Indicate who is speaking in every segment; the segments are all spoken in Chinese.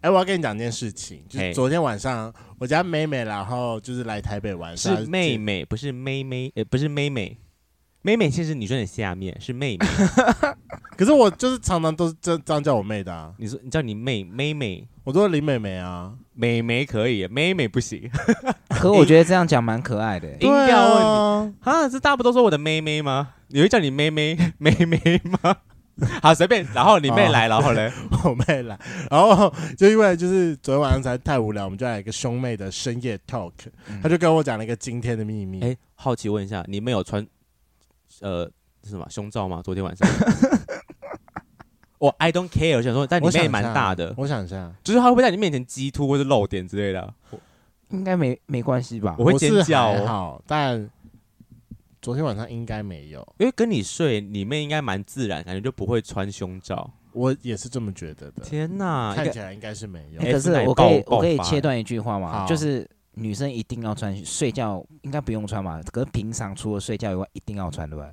Speaker 1: 哎、我要跟你讲件事情，就是
Speaker 2: 嘿
Speaker 1: 昨天晚上我家妹妹，然后就是来台北玩，她
Speaker 2: 是妹妹，不是妹妹，呃，不是妹妹，妹妹其实女生的下面是妹妹。
Speaker 1: 可是我就是常常都是这这样叫我妹的、啊，
Speaker 2: 你说你叫你妹妹妹
Speaker 1: 我都是林妹妹啊。
Speaker 2: 妹妹可以，妹妹不行
Speaker 3: 可我觉得这样讲蛮可爱的、
Speaker 2: 音
Speaker 1: 对
Speaker 2: 调
Speaker 1: 啊，
Speaker 2: 啊！这大家不都说我的妹妹吗？你会叫你妹妹妹妹吗？ 好，随便。然后你妹来，然后 嘞，
Speaker 1: 啊 我妹来，然后就因为就是昨天晚上实在太无聊，我们就来一个兄妹的深夜 talk，她、就跟我讲了一个今天的秘密。
Speaker 2: 哎，好奇问一下，你们有穿呃是什么胸罩吗？昨天晚上？ 我 I don't care，我想说，但你
Speaker 1: 我想
Speaker 2: 妹
Speaker 1: 一
Speaker 2: 蛮
Speaker 1: 下
Speaker 2: 大的，
Speaker 1: 我想一下，
Speaker 2: 就是她会不会在你面前激突或者露点之类的啊？
Speaker 3: 应该没没关系吧
Speaker 2: 我？会尖
Speaker 1: 是
Speaker 2: 叫
Speaker 1: 还
Speaker 2: 哦
Speaker 1: 好，但昨天晚上应该没有，
Speaker 2: 因为跟你睡，你妹应该蛮自然，感觉就不会穿胸罩。
Speaker 1: 我也是这么觉得的。
Speaker 2: 天哪，一
Speaker 1: 看
Speaker 2: 个
Speaker 1: 起来应该是没有
Speaker 3: 哎
Speaker 2: 哎
Speaker 3: 可是
Speaker 2: 这哪里
Speaker 3: 我可以
Speaker 2: 爆
Speaker 3: 我可以
Speaker 2: 爆发
Speaker 3: 切断一句话吗？
Speaker 1: 好
Speaker 3: 就是女生一定要穿，睡觉应该不用穿吧？可是平常除了睡觉以外，一定要穿对吧？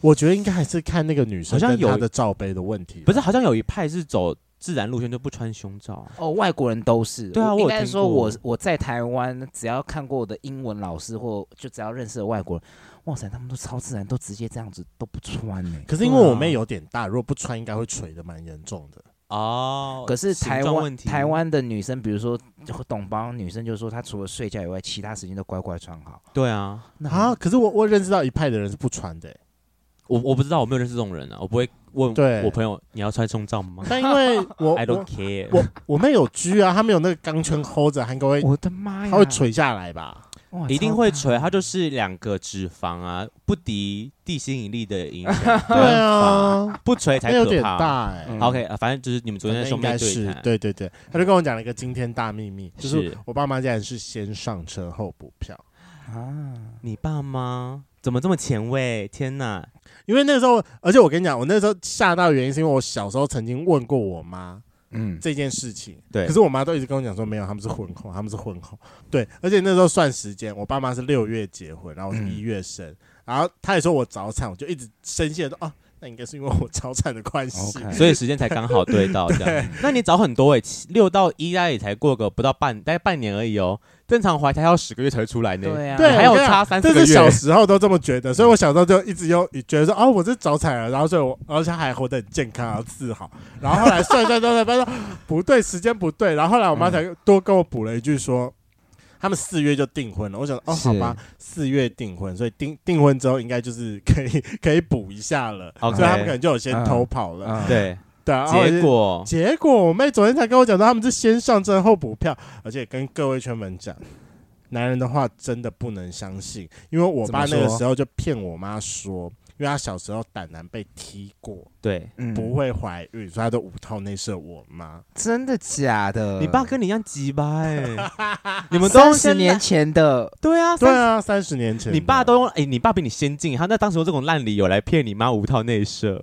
Speaker 1: 我觉得应该还是看那个女生
Speaker 2: 好像
Speaker 1: 跟她
Speaker 2: 有
Speaker 1: 的罩杯的问题。
Speaker 2: 不是，好像有一派是走自然路线，就不穿胸罩啊。
Speaker 3: 哦，外国人都是。
Speaker 2: 对啊
Speaker 3: 我
Speaker 2: 我有
Speaker 3: 应该
Speaker 2: 听
Speaker 3: 说
Speaker 2: 过
Speaker 3: 我我在台湾，只要看过我的英文老师或就只要认识的外国人，哇塞，他们都超自然，都直接这样子都不穿呢、
Speaker 1: 可是因为我
Speaker 2: 对啊
Speaker 1: 妹有点大，如果不穿应该会垂的蛮严重的。
Speaker 2: 哦
Speaker 3: 可是台
Speaker 2: 形状
Speaker 3: 湾
Speaker 2: 问题
Speaker 3: 台湾的女生，比如说懂帮女生，就说她除了睡觉以外，其他时间都乖乖穿好。
Speaker 2: 对啊，
Speaker 3: 那
Speaker 1: 啊，可是我我认识到一派的人是不穿 的欸、
Speaker 2: 我我不知道，我没有认识这种人啊，我不会问
Speaker 1: 对
Speaker 2: 我朋友你要穿胸罩吗
Speaker 1: 但因为我
Speaker 2: ？I don't
Speaker 1: 我
Speaker 2: care。
Speaker 1: 我我妹有狙啊，她没有那个钢圈 hold 着，她应该会
Speaker 3: 我的
Speaker 2: 哎
Speaker 3: 妈呀！
Speaker 1: 她会垂下来 吧？
Speaker 3: 哇，
Speaker 2: 一定会
Speaker 3: 超
Speaker 2: 垂，它就是两个脂肪啊，不敌地心引力的影响
Speaker 1: 。对，啊，
Speaker 2: 不垂才
Speaker 1: 那有
Speaker 2: 可
Speaker 1: 点
Speaker 2: 怕。
Speaker 1: 大哎、哎
Speaker 3: 嗯
Speaker 2: 好 OK，呃反正就是你们昨天的
Speaker 1: 应
Speaker 2: 兄妹
Speaker 1: 该是
Speaker 2: 谈，
Speaker 1: 对对对，她就跟我讲了一个惊天大秘密，就是
Speaker 2: 是
Speaker 1: 我爸妈竟然是先上车后补票。
Speaker 3: 大啊！
Speaker 2: 你爸妈怎么这么前卫？天哪！
Speaker 1: 因为那个时候，而且我跟你讲，我那时候吓到的原因是因为我小时候曾经问过我妈
Speaker 3: 嗯，
Speaker 1: 这件事情，
Speaker 2: 对
Speaker 1: 可是我妈都一直跟我讲说没有，他们是婚后，他们是婚后，对，而且那时候算时间，我爸妈是六月结婚，然后我是
Speaker 3: 嗯
Speaker 1: 一月生，然后她也说我早产，我就一直深陷说哦，那应该是因为我早产的关系
Speaker 3: OK
Speaker 2: 所以时间才刚好对到这样。那你早很多哎、七六到一大概也才过个不到半，大概半年而已哦。正常怀胎要十个月才会出来呢。
Speaker 3: 对啊，
Speaker 1: 对，
Speaker 2: 还有
Speaker 1: 我跟你讲
Speaker 2: 差三四
Speaker 1: 这
Speaker 2: 个
Speaker 1: 是
Speaker 2: 月
Speaker 1: 小时候都这么觉得，所以我小时候就一直有觉得说，哦，我是早产儿，然后所以我而且还活得很健康，然后自豪。然后后来算一算算一算，发现说不对，时间不对。然后后来我妈才多跟我补了一句说，他们四月就订婚了。我想，哦，
Speaker 3: 是
Speaker 1: 好吧，四月订婚，所以订订婚之后应该就是可以可以补一下了。
Speaker 2: OK
Speaker 1: 所以他们可能就有先
Speaker 3: 嗯
Speaker 1: 偷跑了。
Speaker 3: 嗯，
Speaker 2: 对，
Speaker 1: 对啊，然后
Speaker 2: 结果
Speaker 1: 结果我妹昨天才跟我讲说，他们是先上车后补票，而且跟各位圈粉讲，男人的话真的不能相信，因为我爸
Speaker 3: 怎
Speaker 1: 那
Speaker 3: 么说
Speaker 1: 个时候就骗我妈说，因为他小时候胆囊被踢过，
Speaker 2: 对、
Speaker 3: 嗯
Speaker 1: 不会怀孕，所以他都无套内射我妈。
Speaker 3: 真的假的？
Speaker 2: 你爸跟你一样鸡巴哎、 你们都
Speaker 3: 三十年前的，
Speaker 2: 对啊，
Speaker 1: 对
Speaker 2: 三
Speaker 1: 啊，三十年
Speaker 2: 十。
Speaker 1: 前，
Speaker 2: 你爸都用哎、你爸比你先进，他那当时用这种烂理由来骗你妈无套内射，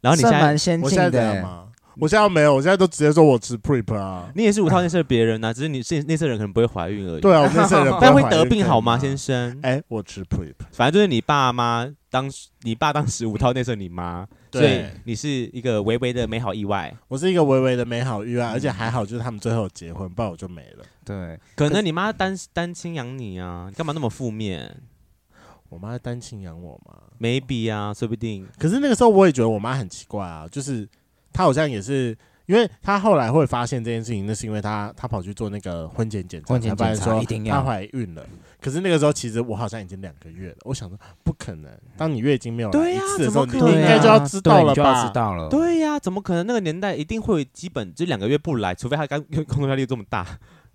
Speaker 2: 然后你现
Speaker 3: 算
Speaker 2: 在
Speaker 3: 蛮先
Speaker 1: 我
Speaker 3: 进
Speaker 1: 现在怎
Speaker 3: 的
Speaker 1: 样
Speaker 3: 欸。
Speaker 1: 吗？我现在没有，我现在都直接说我吃 prep 啊。
Speaker 2: 你也是无套内射别人呐、啊只是你是内射人可能不会怀孕而已。
Speaker 1: 对啊，我那些人不
Speaker 2: 但会
Speaker 1: 怀
Speaker 2: 得
Speaker 1: 孕
Speaker 2: 病
Speaker 1: 可以
Speaker 2: 好吗，先？生？
Speaker 1: 哎，我吃 prep，
Speaker 2: 反正就是你爸妈当时，你爸当时五套内射你妈，所以
Speaker 1: 对
Speaker 2: 你是一个微微的美好意外。
Speaker 1: 我是一个微微的美好欲
Speaker 2: 嗯
Speaker 1: 望，而且还好，就是他们最后结婚，不然我就没了。
Speaker 3: 对，
Speaker 2: 可
Speaker 3: 可
Speaker 2: 能你妈单单亲养你啊，你干嘛那么负面
Speaker 1: 我妈单亲养我嘛，
Speaker 2: ？Maybe 啊，说不定
Speaker 1: 可是那个时候我也觉得我妈很奇怪啊，就是她好像也是，因为她后来会发现这件事情，那是因为她她跑去做那个婚前检查，
Speaker 3: 婚前
Speaker 1: 才发现
Speaker 3: 检查
Speaker 1: 说
Speaker 3: 一定要
Speaker 1: 她怀孕了。可是那个时候其实我好像已经两个月了，我想说不可能，当你月经没有来
Speaker 2: 对
Speaker 1: 一
Speaker 3: 啊
Speaker 2: 呀
Speaker 1: 次的时候，
Speaker 2: 怎么
Speaker 1: 你
Speaker 2: 可能
Speaker 1: 应
Speaker 4: 啊
Speaker 1: 该就要知道
Speaker 3: 对
Speaker 1: 了
Speaker 3: 你就要
Speaker 1: 吧
Speaker 3: 知？道了。
Speaker 2: 对呀、怎么可能？那个年代一定会有基本就两个月不来，除非她刚工作压力这么大，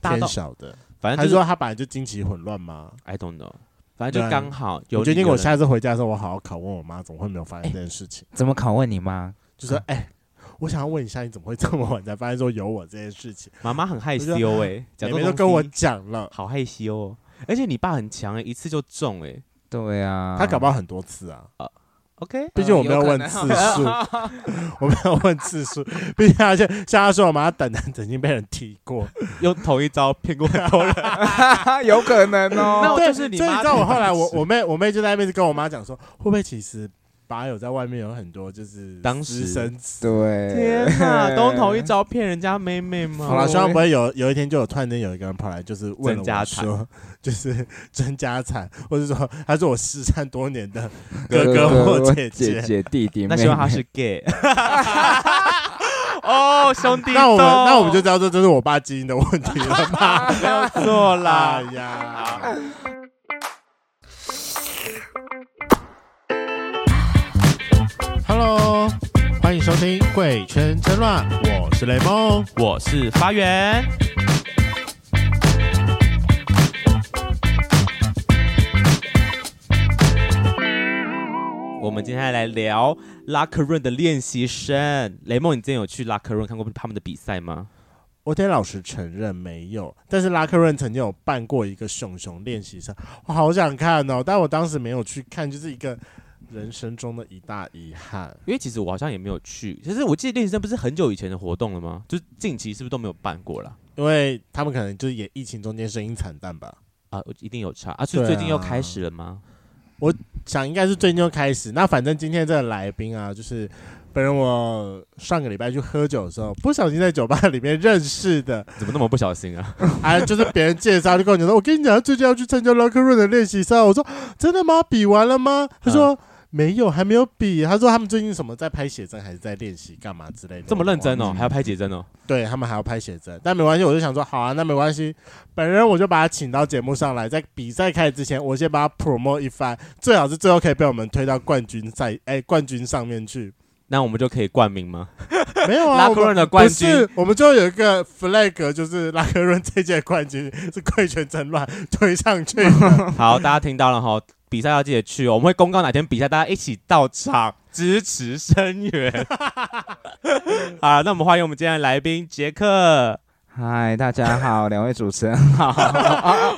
Speaker 2: 大
Speaker 1: 天
Speaker 2: 到
Speaker 1: 晓得，
Speaker 2: 反
Speaker 1: 还
Speaker 2: 正
Speaker 1: 是
Speaker 2: 就是
Speaker 1: 说她本来就经期混乱吗？
Speaker 2: I don't know，反正
Speaker 1: 对啊
Speaker 2: 就刚好有
Speaker 1: 我决定我
Speaker 2: 下
Speaker 1: 下次回家的时候，我好好拷问我妈，怎么会没有发现这件事情？
Speaker 3: 怎么拷问你妈？
Speaker 1: 就说哎。我想要问一下，你怎么会这么晚才发现说有我这件事情？
Speaker 2: 妈妈很害羞
Speaker 1: 我就
Speaker 2: 哎、欸，讲
Speaker 1: 妹
Speaker 2: 这
Speaker 1: 妹
Speaker 2: 种
Speaker 1: 都跟我
Speaker 2: 东西
Speaker 1: 讲了，
Speaker 2: 好害羞、哦，而且你爸很强哎、一次就中哎、
Speaker 3: 对啊，
Speaker 1: 她搞 不好很多次啊。
Speaker 2: OK，
Speaker 1: 毕竟我没有
Speaker 2: 啊
Speaker 1: 问次数， 我没有问次数。毕竟而且像他说，我妈等等曾经被人踢过，
Speaker 2: 用同一招骗过很多人。
Speaker 3: 有可能哦
Speaker 2: 那我
Speaker 1: 对
Speaker 2: 就是你
Speaker 1: 所以你
Speaker 2: 妈
Speaker 1: 知道我后来我
Speaker 2: 是
Speaker 1: 我妹我妹就在那边跟我妈讲说，会不会其实吧友在外面有很多就是
Speaker 2: 当
Speaker 1: 私
Speaker 2: 时
Speaker 1: 生子。
Speaker 4: 对，
Speaker 2: 天 哪，东头一招骗人家妹妹吗？
Speaker 1: 呃好了，希望不会有有一天就有突然间有一个人跑来，就是问了
Speaker 2: 争家
Speaker 1: 我
Speaker 2: 产
Speaker 1: 说，就是争家产，或者说他是我失散多年的
Speaker 4: 哥
Speaker 1: 哥哥或
Speaker 4: 姐
Speaker 1: 姐姐。
Speaker 4: 姐、弟弟妹 妹，
Speaker 2: 那希望他是 gay。哦，兄弟，
Speaker 1: 那我们那我们就知道这这是我爸基因的问题了吧？
Speaker 2: 没有错
Speaker 1: 哎
Speaker 2: 啦。
Speaker 1: 呀，Hello，欢迎收听《贵圈争乱》，我是雷梦。
Speaker 2: 我是发源，我们今天来聊拉克润的练习生。雷梦，你之前有去拉克润看过他们的比赛吗？
Speaker 1: 我得老实承认没有，但是拉克润曾经有办过一个熊熊练习生，我好想看哦，但我当时没有去看，就是一个人生中的一大遗憾。
Speaker 2: 因为其实我好像也没有去。其实我记得练习生不是很久以前的活动了吗？就是近期是不是都没有办过了？
Speaker 1: 因为他们可能就是也疫情中间声音惨淡吧，
Speaker 2: 啊，我一定有差啊！是
Speaker 1: 对啊
Speaker 2: 最近又开始了吗？
Speaker 1: 想应该是最近就开始。那反正今天这个来宾啊，就是本人我上个礼拜去喝酒的时候，不小心在酒吧里面认识的，
Speaker 2: 怎么那么不小心啊？
Speaker 1: 哎，就是别人介绍就跟我讲说，我跟你讲，最近要去参加 Locker Room 的练习赛。我说真的吗？比完了吗？他
Speaker 2: 嗯
Speaker 1: 说。没有，还没有比。他说他们最近什么在拍写真，还是在练习干嘛之类的。
Speaker 2: 这么认真哦，
Speaker 4: 嗯
Speaker 2: 还要拍写真哦？
Speaker 1: 对他们还要拍写真，但没关系，我就想说，好啊，那没关系，本人我就把他请到节目上来，在比赛开始之前，我先把他 promote 一番，最好是最后可以被我们推到冠军赛，哎、冠军上面去。
Speaker 2: 那我们就可以冠名吗？
Speaker 1: 没有啊，
Speaker 2: 拉
Speaker 1: 我
Speaker 2: 克
Speaker 1: 们
Speaker 2: 润的冠
Speaker 1: 不
Speaker 2: 军
Speaker 1: 是，我们就有一个 flag，就是拉克润这届冠军是贵圈争乱推上 去的
Speaker 2: 好，大家听到了哈，比赛要记得去哦，我们会公告哪天比赛，大家一起到场支持声援。 好，那我们欢迎我们今天的来宾杰克。
Speaker 4: 嗨，大家好，两位主持 人好。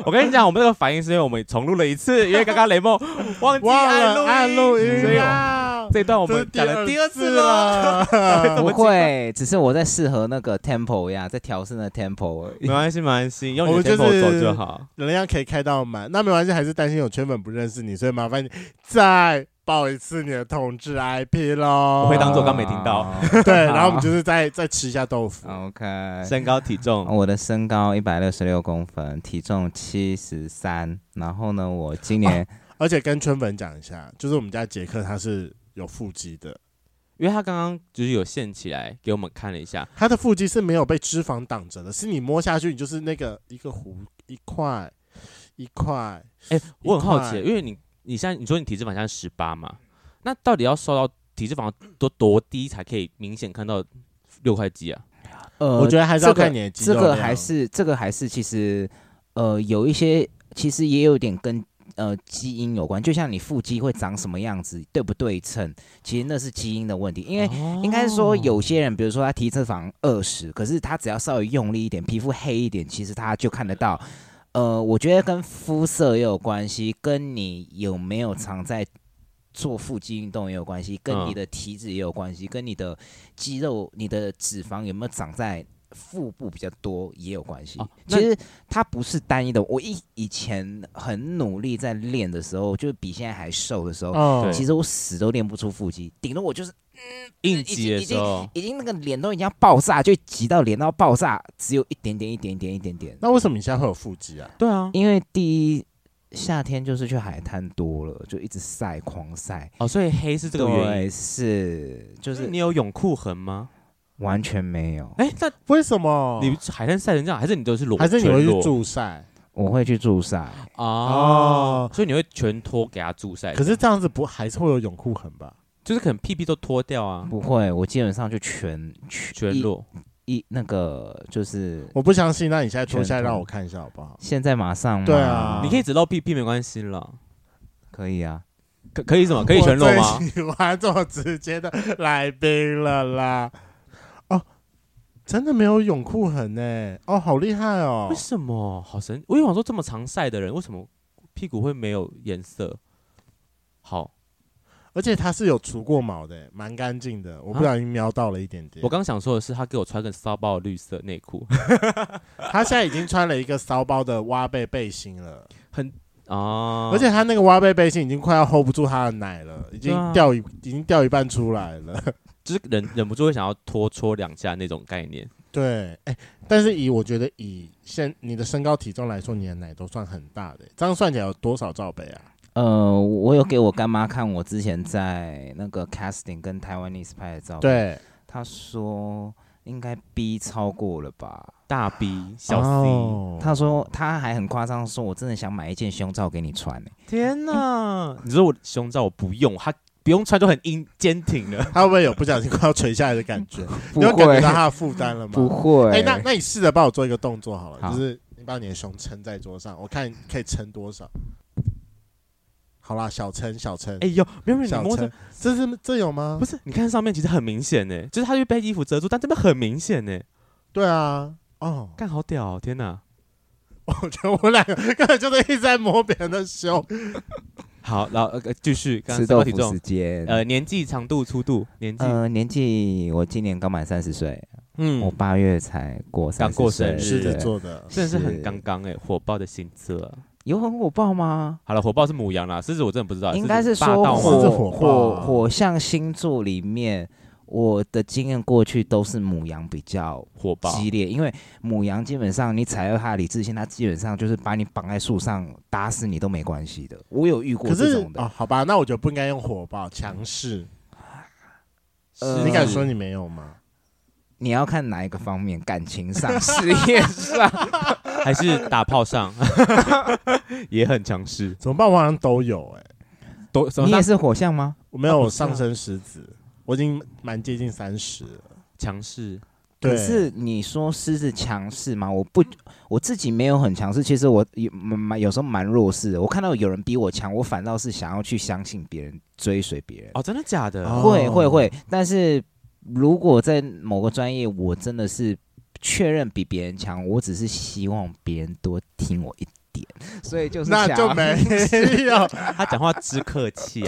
Speaker 2: 我跟你讲，我们这个反应是因为我们重录了一次，因为刚刚雷梦忘记
Speaker 1: 忘了按
Speaker 2: 按
Speaker 1: 录
Speaker 2: 录
Speaker 1: 音
Speaker 2: 音，所以
Speaker 1: 啊，
Speaker 2: 这一段我
Speaker 1: 这是
Speaker 2: 们讲了第二次了。
Speaker 1: 了。
Speaker 4: 不会，只是我在适合那个 tempo 呀，在调试那个 tempo 而
Speaker 2: 没。
Speaker 4: 已
Speaker 2: 关系，没关系，用
Speaker 1: 我
Speaker 2: 你
Speaker 1: 们
Speaker 2: 的
Speaker 1: 就是
Speaker 2: tempo 走就好。
Speaker 1: 能量可以开到满，那没关系，还是担心有圈粉不认识你，所以麻烦你再报一次你的同志 IP 咯。
Speaker 2: 我会当 作刚没听到
Speaker 4: 啊。
Speaker 1: 对，然后我们就是再再吃一下豆腐。
Speaker 4: 哦 OK，
Speaker 1: 哎
Speaker 2: 身高体重，
Speaker 4: 我的身高一百六十六公分，体重七十三。然后呢，我今年
Speaker 1: 而且跟圈粉讲一下，就是我们家杰克他是有腹肌的，
Speaker 2: 因为他刚刚就是有线起来给我们看了一下，
Speaker 1: 他的腹肌是没有被脂肪挡着的，是你摸下去，你就是那个一个弧一块一块。
Speaker 2: 哎、我很好奇，
Speaker 1: 一块
Speaker 2: 因为你你现在你说你体脂肪现在十八嘛，那到底要瘦到体脂肪多多低才可以明显看到六块肌啊？
Speaker 4: 呃，
Speaker 1: 哦我觉得还是要
Speaker 4: 这个
Speaker 1: 看你的肌
Speaker 4: 这
Speaker 1: 肉
Speaker 4: 个
Speaker 1: 量
Speaker 4: 还是这个还是其实呃有一些其实也有点跟呃基因有关，就像你腹肌会长什么样子，对不对称，其实那是基因的问题，因为。
Speaker 2: 哦
Speaker 4: 应该是说，有些人，比如说他体脂肪二十，可是他只要稍微用力一点，皮肤黑一点，其实他就看得到。呃，我觉得跟肤色也有关系，跟你有没有常在做腹肌运动也有关系，跟你
Speaker 2: 嗯
Speaker 4: 的体脂也有关系，跟你的肌肉、你的脂肪有没有长在腹部比较多也有关系。
Speaker 2: 哦
Speaker 4: 其
Speaker 2: 那
Speaker 4: 实它不是单一的。我以以前很努力在练的时候，就是比现在还瘦的时候，
Speaker 1: 哦
Speaker 2: 对
Speaker 4: 其实我死都练不出腹肌，顶多我就是
Speaker 2: 应急的时候，
Speaker 4: 已经那个脸都已经要爆炸，就挤到脸到爆炸，只有一点点、一点点、一点点。
Speaker 1: 那为什么你现在会有腹肌啊？
Speaker 2: 对啊，
Speaker 4: 因为第一夏天就是去海滩多了，就一直晒，狂晒。
Speaker 2: 哦，所以黑是这个原因，
Speaker 4: 对，是就
Speaker 2: 就是
Speaker 4: 是
Speaker 2: 你有泳裤痕吗？
Speaker 4: 完全没有。
Speaker 2: 哎、那
Speaker 1: 为什么？
Speaker 2: 你海滩晒成这样，还是你都是裸？
Speaker 1: 还是你会
Speaker 2: 全
Speaker 1: 去
Speaker 2: 裸
Speaker 1: 助晒？
Speaker 4: 我会去啊驻晒，
Speaker 2: 哦
Speaker 1: 哦，
Speaker 2: 所以你会全脱给他住晒，
Speaker 1: 可是这样子不还是会有泳裤痕吧？
Speaker 2: 就是可能屁屁都脱掉啊，
Speaker 4: 不会，我基本上就全全
Speaker 2: 全裸。
Speaker 4: 一一那个就是
Speaker 1: 我不相信，那你现在脱下来
Speaker 4: 全脱
Speaker 1: 让我看一下好不好？
Speaker 4: 现在马上吗
Speaker 1: 对啊
Speaker 2: 你可以只露屁屁没关系了，
Speaker 4: 可以啊，
Speaker 2: 可可以什么？可以全裸
Speaker 1: 我
Speaker 2: 吗？
Speaker 1: 最喜欢这么直接的来宾了啦！哦，真的没有泳裤痕呢、哦，好厉害哦
Speaker 2: 为！什么？好神！我有想说，这么常晒的人，为什么屁股会没有颜色？好，
Speaker 1: 而且他是有除过毛的、欸蛮干净的。我不小心瞄到了一点点。
Speaker 2: 啊我刚想说的是，他给我穿个骚包的绿色 内裤，
Speaker 1: 他现在已经穿了一个骚包的挖背背心了。
Speaker 2: 很哦，
Speaker 1: 而且他那个挖贝背心已经快要 hold 不住他的奶了，已
Speaker 2: 对啊
Speaker 1: 经掉一已经掉一半出来了。
Speaker 2: 就是忍忍不住会想要拖搓两下那种概念。
Speaker 1: 对，哎、但是以我觉得以现你的身高体重来说，你的奶都算很大的、这样算起来有多少罩杯啊？
Speaker 4: 呃，我有给我干妈看我之前在那个 casting 跟台湾 e s 拍的照片，，
Speaker 1: 对，
Speaker 4: 她说应该 B 超过了吧？
Speaker 2: 大 B 小 C，、
Speaker 1: 哦
Speaker 4: 她说她还很夸张，说我真的想买一件胸罩给你穿、 欸、
Speaker 2: 天哪！你说我胸罩我不用，他不用穿就很硬坚挺 了。
Speaker 1: 他会不会有不小心快要垂下来的感觉？
Speaker 4: 不
Speaker 1: 你有感觉
Speaker 4: 会
Speaker 1: 到，他的负担了吗？
Speaker 4: 不会。
Speaker 1: 哎、那那你试着帮我做一个动作好了，
Speaker 4: 好
Speaker 1: 就是你把你的胸撑在桌上，我看可以撑多少。好啦，小撑小撑，
Speaker 2: 哎呦，没有没有，
Speaker 1: 小
Speaker 2: 你摸着
Speaker 1: 撑，这是这有吗
Speaker 2: 不？是？你看上面其实很明显呢，就是他就被衣服遮住，但这边很明显呢，
Speaker 1: 对啊，哦，
Speaker 2: 干好屌哦、天哪！
Speaker 1: 我觉得我们两个根本就是一直在摸别人的胸。
Speaker 2: 好，然后呃呃继续，刚刚
Speaker 4: 吃
Speaker 2: 身
Speaker 4: 豆
Speaker 2: 高体
Speaker 4: 腐
Speaker 2: 重
Speaker 4: 时，间，
Speaker 2: 呃，年纪、长度、粗度，年纪，
Speaker 4: 呃，年纪我今年刚满三十岁，我
Speaker 2: 嗯，
Speaker 4: 八月才过30岁，
Speaker 2: 刚过生日
Speaker 1: 狮子
Speaker 4: 对
Speaker 1: 座的，
Speaker 2: 真的是很
Speaker 4: 是
Speaker 2: 刚刚哎，火爆的星座啊。
Speaker 4: 有很火爆吗？
Speaker 2: 好了，火爆是母羊啦，狮子我真的不知道，
Speaker 4: 应该是
Speaker 2: 啊霸
Speaker 4: 说
Speaker 2: 道
Speaker 1: 狮子
Speaker 2: 吗？
Speaker 1: 火爆
Speaker 4: 火火
Speaker 1: 啊
Speaker 4: 火象星座里面，我的经验过去都是母羊比较
Speaker 2: 火爆，
Speaker 4: 激烈，因为母羊基本上你踩到它的理智线，它基本上就是把你绑在树上打死你都没关系的。我有遇过
Speaker 1: 可
Speaker 4: 这
Speaker 1: 是
Speaker 4: 种的，
Speaker 1: 哦，好吧，那我就不应该用火爆强势。
Speaker 4: 呃
Speaker 2: 嗯
Speaker 1: 你敢 说你没有吗？
Speaker 4: 你要看哪一个方面，感情 上、事业上，
Speaker 2: 还是打炮 上也很强势？
Speaker 1: 怎么办？我好像都有哎、
Speaker 2: 都什
Speaker 4: 你
Speaker 2: 么
Speaker 4: 也是火象吗？
Speaker 1: 我没有
Speaker 2: 啊
Speaker 1: 我
Speaker 2: 不是啊
Speaker 1: 上升狮子，我已经蛮接近三十了。
Speaker 2: 强势？
Speaker 1: 对，
Speaker 4: 可是你说狮子强势吗？我不，我自己没有很强势，其实我有蛮有时候蛮弱势的。我看到有人比我强，我反倒是想要去相信别人，追随别人。
Speaker 2: 哦，真的假的？
Speaker 1: 哦
Speaker 4: 会会会，但是如果在某个专业，我真的是确认比别人强，我只是希望别人多听我一点，所以就是
Speaker 1: 那就
Speaker 4: 想
Speaker 1: 没 有
Speaker 2: 他讲话之客气啊，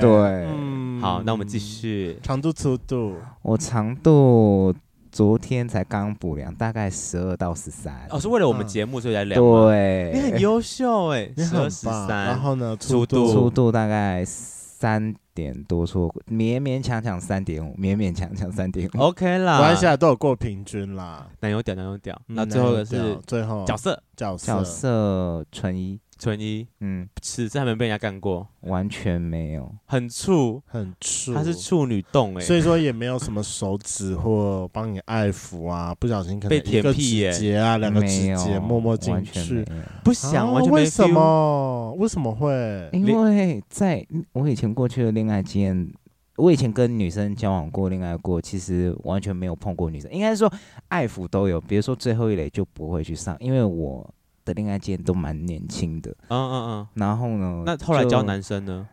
Speaker 1: 对
Speaker 4: 对、
Speaker 1: 托嗯
Speaker 2: 托。好，那我们继续。
Speaker 1: 长度粗度，
Speaker 4: 我长度昨天才刚补量，大概十二到十三、
Speaker 1: 嗯
Speaker 2: 哦，是为了我们节目所以来聊吗。
Speaker 4: 对，
Speaker 2: 你很优秀哎，
Speaker 1: 你
Speaker 2: 十
Speaker 1: 很
Speaker 2: 二十
Speaker 1: 棒。
Speaker 2: 三，
Speaker 1: 然后呢，粗
Speaker 2: 粗
Speaker 1: 度
Speaker 2: 度
Speaker 4: 粗度大概三点多错，勉勉强强三点五，勉勉强强三
Speaker 1: 哦
Speaker 4: 点五。
Speaker 2: OK
Speaker 1: 没关系
Speaker 2: 啦，
Speaker 1: 啊，都有过平均啦。
Speaker 2: 男友屌男友屌。那
Speaker 1: 嗯
Speaker 2: 最后
Speaker 1: 哪有
Speaker 2: 的
Speaker 1: 掉
Speaker 2: 是
Speaker 1: 最后
Speaker 2: 角色
Speaker 1: 角色
Speaker 4: 角色纯一，
Speaker 2: 纯一，
Speaker 4: 嗯，
Speaker 2: 此次还没被人家干过，
Speaker 4: 完全没有。
Speaker 2: 很处，
Speaker 1: 很粗，
Speaker 2: 他是处女洞哎，
Speaker 1: 所以说也没有什么手指或帮你爱抚 啊，不小心可能
Speaker 2: 被舔
Speaker 1: 一个
Speaker 2: 屁耶
Speaker 1: 指节啊，两个指
Speaker 4: 没有
Speaker 1: 节默默进
Speaker 4: 完全
Speaker 1: 去，
Speaker 4: 没有
Speaker 2: 不想
Speaker 1: 啊
Speaker 2: 完全没
Speaker 1: 为什
Speaker 2: feel
Speaker 1: 么？为什么会？
Speaker 4: 因为在我以前过去的恋爱经验，我以前跟女生交往过、恋爱过，其实完全没有碰过女生。应该说爱抚都有，比如说最后一垒就不会去上，因为我的恋爱经验都蛮年轻的。
Speaker 2: 嗯嗯
Speaker 4: 然后呢
Speaker 2: 嗯，，那后来交
Speaker 4: 就
Speaker 2: 男生呢？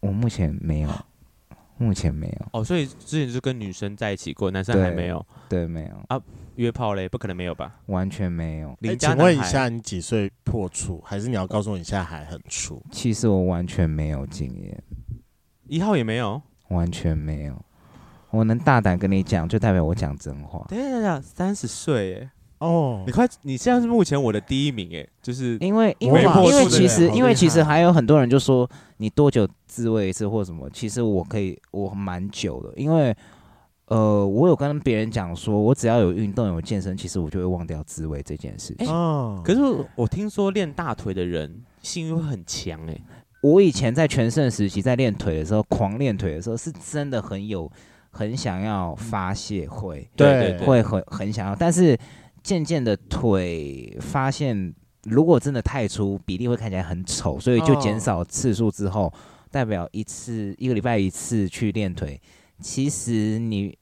Speaker 4: 我目前没有，目前没有，
Speaker 2: 哦，所以之前就跟女生在一起过，男生还
Speaker 4: 对
Speaker 2: 没有
Speaker 4: 对，没有，
Speaker 2: 约炮嘞，不可能没有吧？
Speaker 4: 完全没有。
Speaker 1: 哎
Speaker 2: 邻家
Speaker 1: 请
Speaker 2: 男
Speaker 1: 问一
Speaker 2: 孩
Speaker 1: 下，你几岁破处？还是你要告诉我你现在还很处？
Speaker 4: 其实我完全没有经验，
Speaker 2: 一号也没有。
Speaker 4: 完全没有。我能大胆跟你讲，就代表我讲真话。
Speaker 2: 等一下等一下，三十岁哎，
Speaker 1: 哦
Speaker 2: 你，快，你现在是目前我的第一名哎，就是
Speaker 4: 因为因
Speaker 1: 我
Speaker 4: 为
Speaker 1: 也破
Speaker 4: 因为
Speaker 1: 处的
Speaker 4: 其
Speaker 1: 人
Speaker 4: 实
Speaker 1: 好
Speaker 4: 因
Speaker 1: 厉
Speaker 4: 为其实
Speaker 1: 害
Speaker 4: 还有很多人就说你多久自慰一次或什么，其实我可以我蛮久的，因为呃我有跟别人讲说，我只要有运动有健身，其实我就会忘掉自慰这件事情。
Speaker 1: 哦，
Speaker 2: 可是我我听说练大腿的人性欲会很强哎、
Speaker 4: 我以前在全盛时期在练腿的时候，狂练腿的时候是真的很有很想要发泄会，
Speaker 1: 对
Speaker 2: 对
Speaker 4: 会很很想要，但是渐渐的腿发现，如果真的太粗，比例会看起来很丑，所以就
Speaker 1: 哦
Speaker 4: 减少次数之后，代表一次一个礼拜一次去练腿。其实你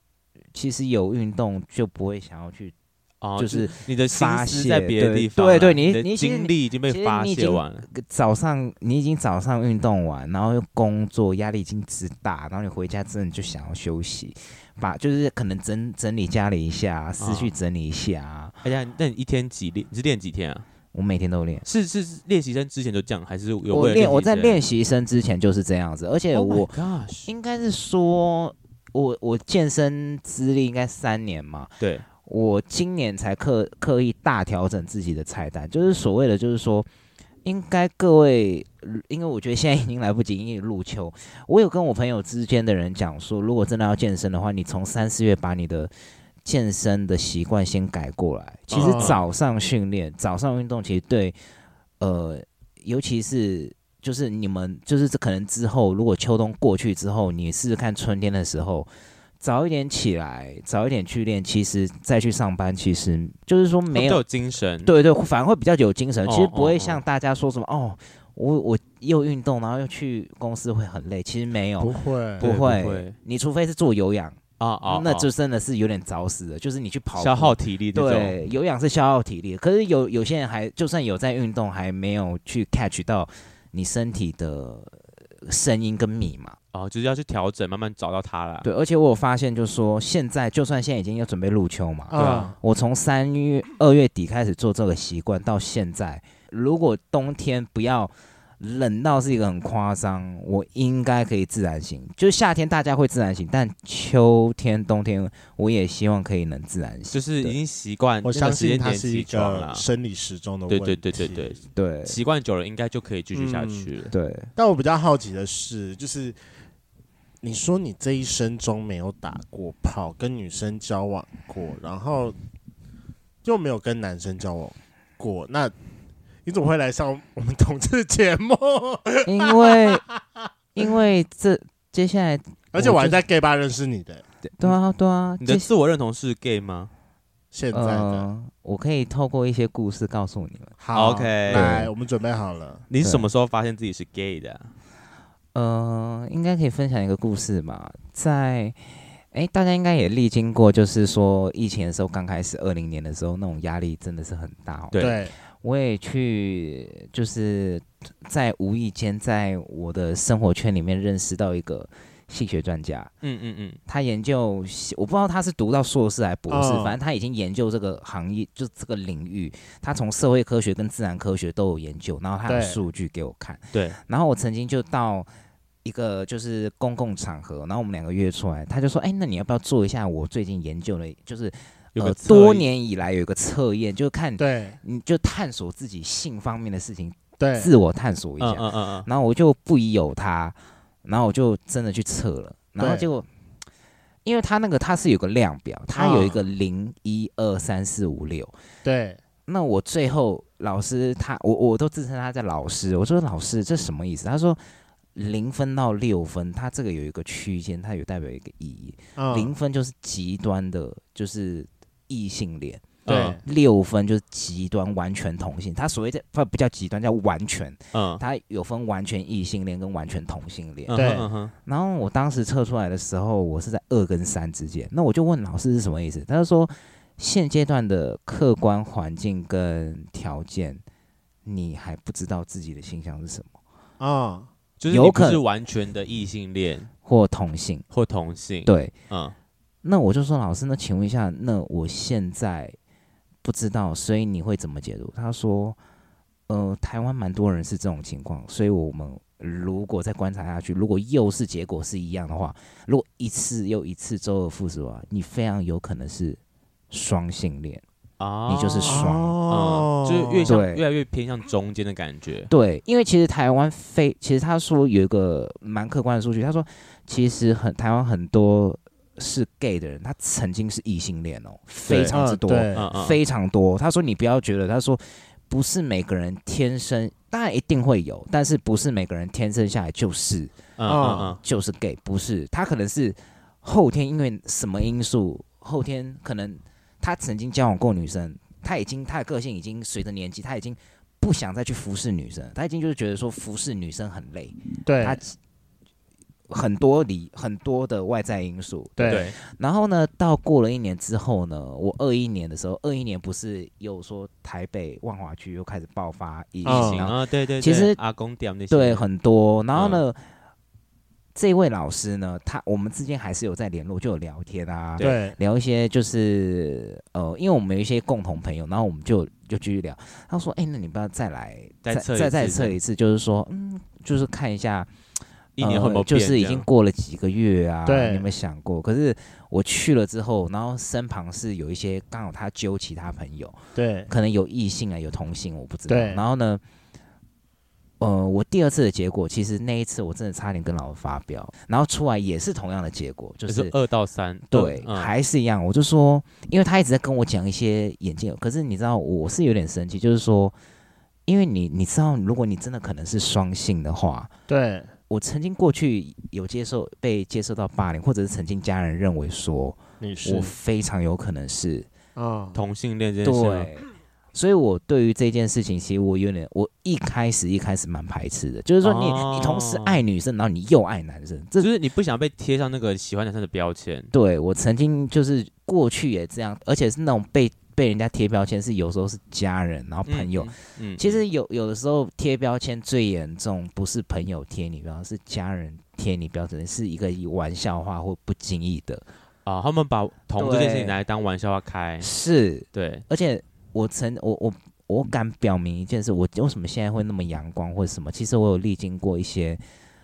Speaker 4: 其实有运动就不会想要去，
Speaker 2: 哦，
Speaker 4: 就
Speaker 2: 就是
Speaker 4: 是
Speaker 2: 你的心
Speaker 4: 发
Speaker 2: 思
Speaker 4: 泄
Speaker 2: 在别的
Speaker 4: 对
Speaker 2: 地方啦，
Speaker 4: 对对你
Speaker 2: 的
Speaker 4: 你其实
Speaker 2: 精力已经被
Speaker 4: 其实
Speaker 2: 发
Speaker 4: 你已
Speaker 2: 泄
Speaker 4: 经
Speaker 2: 完了，
Speaker 4: 早上你已经早上运动完，然后又工作压力已经之大，然后你回家真的就想要休息，把就是可能整整理家里一下，思绪
Speaker 2: 哦
Speaker 4: 整理一下啊。
Speaker 2: 哎呀，那你一天几练？你是练几天啊？
Speaker 4: 我每天都练。
Speaker 2: 是是练习生之前就这样，还是有
Speaker 4: 我
Speaker 2: 为了
Speaker 4: 练我在练
Speaker 2: 习
Speaker 4: 习生之前就是这样子，而且
Speaker 2: 生？
Speaker 4: 我
Speaker 1: Oh
Speaker 2: g o s
Speaker 4: 应该是说，我我健身资历应该三年嘛，
Speaker 2: 对，
Speaker 4: 我今年才刻刻意大调整自己的菜单，就是所谓的就是说，应该各位，因为我觉得现在已经来不及，因为入秋。我有跟我朋友之间的人讲说，如果真的要健身的话，你从三四月把你的健身的习惯先改过来。其实
Speaker 1: 哦
Speaker 4: 早上训练、早上运动，其实对，呃，尤其是就是你们就是这可能之后，如果秋冬过去之后，你试试看春天的时候。早一点起来，早一点去练，其实再去上班，其实就是说
Speaker 2: 没
Speaker 4: 没有
Speaker 2: 有精神，
Speaker 4: 对对，反而会比较有精神。其
Speaker 2: 哦
Speaker 4: 实
Speaker 2: 哦
Speaker 4: 不会
Speaker 2: 哦
Speaker 4: 像大家说什么哦，我我又运动，然后又去公司会很累。其实没有，
Speaker 1: 不会，
Speaker 2: 对哎不
Speaker 4: 会。
Speaker 2: 会
Speaker 4: 你除非是做有氧，
Speaker 2: 啊啊，
Speaker 4: 那
Speaker 2: 啊
Speaker 4: 就真的是有点早死了。就是你去跑
Speaker 2: 消
Speaker 4: 步啊
Speaker 2: 耗体力这种。
Speaker 4: 对，有氧是消耗体力，可是有有些人还就算有在运动，还没有去 catch 到你身体的声音跟密码。
Speaker 2: 哦，就是要去调整，慢慢找到它了。
Speaker 4: 对，而且我有发现，就是说现在就算现在已经要准备入秋嘛，
Speaker 1: 啊，
Speaker 4: 我从三月二月底开始做这个习惯到现在，如果冬天不要冷到是一个很夸张，我应该可以自然醒。就是夏天大家会自然醒，但秋天、冬天我也希望可以能自然
Speaker 2: 就
Speaker 4: 醒。
Speaker 2: 是已经习惯
Speaker 1: 我
Speaker 2: 那个
Speaker 1: 相
Speaker 2: 时
Speaker 1: 信
Speaker 2: 间
Speaker 1: 它
Speaker 2: 点
Speaker 1: 是一
Speaker 2: 起床
Speaker 1: 个
Speaker 2: 了，
Speaker 1: 生理时钟的问
Speaker 2: 对
Speaker 1: 题。
Speaker 2: 对对对对，
Speaker 4: 对嗯
Speaker 2: 习惯久了应该就可以继续下去了。
Speaker 4: 对，
Speaker 1: 但我比较好奇的是，就是你说你这一生中没有打过炮，跟女生交往过，然后又没有跟男生交往过，那你怎么会来上我们同志节目？
Speaker 4: 因为因为这接下来
Speaker 1: 而且我还在 gay 吧认识你的，
Speaker 4: 对啊对啊，
Speaker 2: 你
Speaker 4: 接
Speaker 2: 的自我认同是 gay 吗？
Speaker 1: 现在的、
Speaker 4: 呃，我可以透过一些故事告诉你们。
Speaker 1: 好
Speaker 2: OK
Speaker 1: 来，我们准备好了。
Speaker 2: 你是什么时候发现自己是 gay 的啊？
Speaker 4: 呃，应该可以分享一个故事吧，在。哎，大家应该也历经过，就是说疫情的时候，刚开始二零年的时候，那种压力真的是很大、哦。
Speaker 2: 对
Speaker 1: 对，
Speaker 4: 我也去，就是在无意间，在我的生活圈里面认识到一个性学专家，
Speaker 2: 嗯嗯嗯，
Speaker 4: 他研究性，我不知道他是读到硕士还是博
Speaker 2: 哦
Speaker 4: 士，
Speaker 1: 嗯
Speaker 4: 反正他已经研究这个行业，就这个领域，他从社会科学跟自然科学都有研究，然后他有
Speaker 1: 对
Speaker 4: 数据给我看。
Speaker 2: 对，
Speaker 4: 然后我曾经就到一个就是公共场合，然后我们两个约出来，他就说：“哎，那你要不要做一下我最近研究的，就是
Speaker 2: 有
Speaker 4: 呃
Speaker 2: 个侧
Speaker 4: 多
Speaker 2: 翼
Speaker 4: 年以来有一个测验，就是看
Speaker 1: 对
Speaker 4: 你就探索自己性方面的事情，
Speaker 1: 对，
Speaker 4: 自我探索一
Speaker 2: 嗯
Speaker 4: 下。
Speaker 2: 嗯嗯嗯，
Speaker 4: 然后我就不疑有他，然后我就真的去测了，然后
Speaker 1: 对
Speaker 4: 结果。因为他那个他是有个量表，他有一
Speaker 1: 嗯
Speaker 4: 个零一二三四五六，
Speaker 1: 对
Speaker 4: 那我最后老师他，我我都自称他在老师，我说老师这什么意思？他说零分到六分，它这个有一个区间，它有代表一个意义。
Speaker 1: 嗯
Speaker 4: 零分就是极端的，就是异性恋；
Speaker 1: 对
Speaker 2: 嗯
Speaker 4: 六分就是极端完全同性。它所谓的它不叫极端，叫完全。
Speaker 2: 嗯，
Speaker 4: 它有分完全异性恋跟完全同性恋。
Speaker 2: 嗯
Speaker 1: 对
Speaker 2: 哼嗯哼
Speaker 4: 然后我当时测出来的时候，我是在二跟三之间。那我就问老师是什么意思，他就说现阶段的客观环境跟条件，你还不知道自己的倾向是什么，
Speaker 1: 嗯
Speaker 2: 就是
Speaker 4: 有
Speaker 2: 你不
Speaker 4: 可
Speaker 2: 是完全的异性恋
Speaker 4: 或同性。
Speaker 2: 或同性，，
Speaker 4: 对，
Speaker 2: 嗯，
Speaker 4: 那我就说老师，那请问一下，那我现在不知道，所以你会怎么解读？他说，呃，台湾蛮多人是这种情况，所以我们如果再观察下去，如果又是结果是一样的话，如果一次又一次周而复始的话，你非常有可能是双性恋。
Speaker 2: 啊，
Speaker 4: 你就是爽
Speaker 1: 哦
Speaker 2: 嗯，就是越像
Speaker 4: 对
Speaker 2: 越来越偏向中间的感觉，
Speaker 4: 对，因为其实台湾非，其实他说有一个蛮客观的数据，他说其实很台湾很多是 gay 的人，他曾经是异性恋哦，非常之
Speaker 1: 嗯
Speaker 4: 多。
Speaker 1: 对
Speaker 2: 嗯嗯，
Speaker 4: 非常多。他说你不要觉得，他说不是每个人天生，当然一定会有，但是不是每个人天生下来就是
Speaker 2: 嗯
Speaker 4: 哦
Speaker 2: 嗯嗯，
Speaker 4: 就是 gay，不是他可能是后天因为什么因素，后天可能他曾经交往过女生，他已经他的个性已经随着年纪，他已经不想再去服侍女生，他已经就是觉得说服侍女生很累，
Speaker 1: 对
Speaker 4: 他很多理很多的外在因素，
Speaker 2: 对，
Speaker 4: 然后呢，到过了一年之后呢，我二一年的时候，二一年不是又说台北万华区又开始爆发疫情，
Speaker 1: 嗯
Speaker 2: 行
Speaker 4: 然后
Speaker 2: 啊，对对，对
Speaker 4: 哦其实
Speaker 2: 阿公店那些，
Speaker 4: 对很多，然后呢，
Speaker 2: 嗯
Speaker 4: 这位老师呢，他我们之间还是有在联络，就有聊天啊，
Speaker 1: 对
Speaker 4: 聊一些就是呃，因为我们有一些共同朋友，然后我们就就继续聊。他说：“哎、那你不要再来
Speaker 2: 再测一
Speaker 4: 再
Speaker 2: 次
Speaker 4: 再测一次，就是说，嗯，就是看一下
Speaker 2: 一年会没有
Speaker 4: 呃就
Speaker 2: 变
Speaker 4: 是已
Speaker 2: 这
Speaker 4: 经
Speaker 2: 样
Speaker 4: 过了几个月啊，
Speaker 1: 对
Speaker 4: 你有没有想过？可是我去了之后，然后身旁是有一些刚好他揪其他朋友，
Speaker 1: 对
Speaker 4: 可能有异性啊，有同性，我不知道。
Speaker 1: 对
Speaker 4: 然后呢，呃，我第二次的结果，其实那一次我真的差点跟老师发飙，然后出来也是同样的结果，就
Speaker 2: 就是
Speaker 4: 是
Speaker 2: 二到三，
Speaker 4: 对，
Speaker 2: 嗯
Speaker 4: 还是一样。我就说，因为他一直在跟我讲一些眼镜，可是你知道，我是有点生气，就是说，因为你你知道，如果你真的可能是双性的话，
Speaker 1: 对，
Speaker 4: 我曾经过去有接受被接受到霸凌，或者是曾经家人认为说
Speaker 1: 你
Speaker 4: 我非常有可能是
Speaker 1: 啊，
Speaker 2: 同性恋这件事吗，
Speaker 4: 对，所以我对于这件事情，其实我有点，我一开始一开始蛮排斥的，就是说你、你同时
Speaker 2: 哦
Speaker 4: 爱女生，然后你又爱男生，这
Speaker 2: 就是你不想被贴上那个喜欢男生的标签，
Speaker 4: 对我曾经就是过去也这样，而且是那种被被人家贴标签，是有时候是家人，然后
Speaker 2: 嗯
Speaker 4: 朋友。，
Speaker 2: 嗯，嗯
Speaker 4: 其实有有的时候贴标签最严重，不是朋友贴你标签，是家人贴你标签，是一个玩笑话或不经意的。
Speaker 2: 啊，他们把同这件事情
Speaker 4: 对
Speaker 2: 拿来当玩笑话开，
Speaker 4: 是，
Speaker 2: 对，
Speaker 4: 而且我曾我我我敢表明一件事，我为什么现在会那么阳光或者什么？其实我有历经过一些，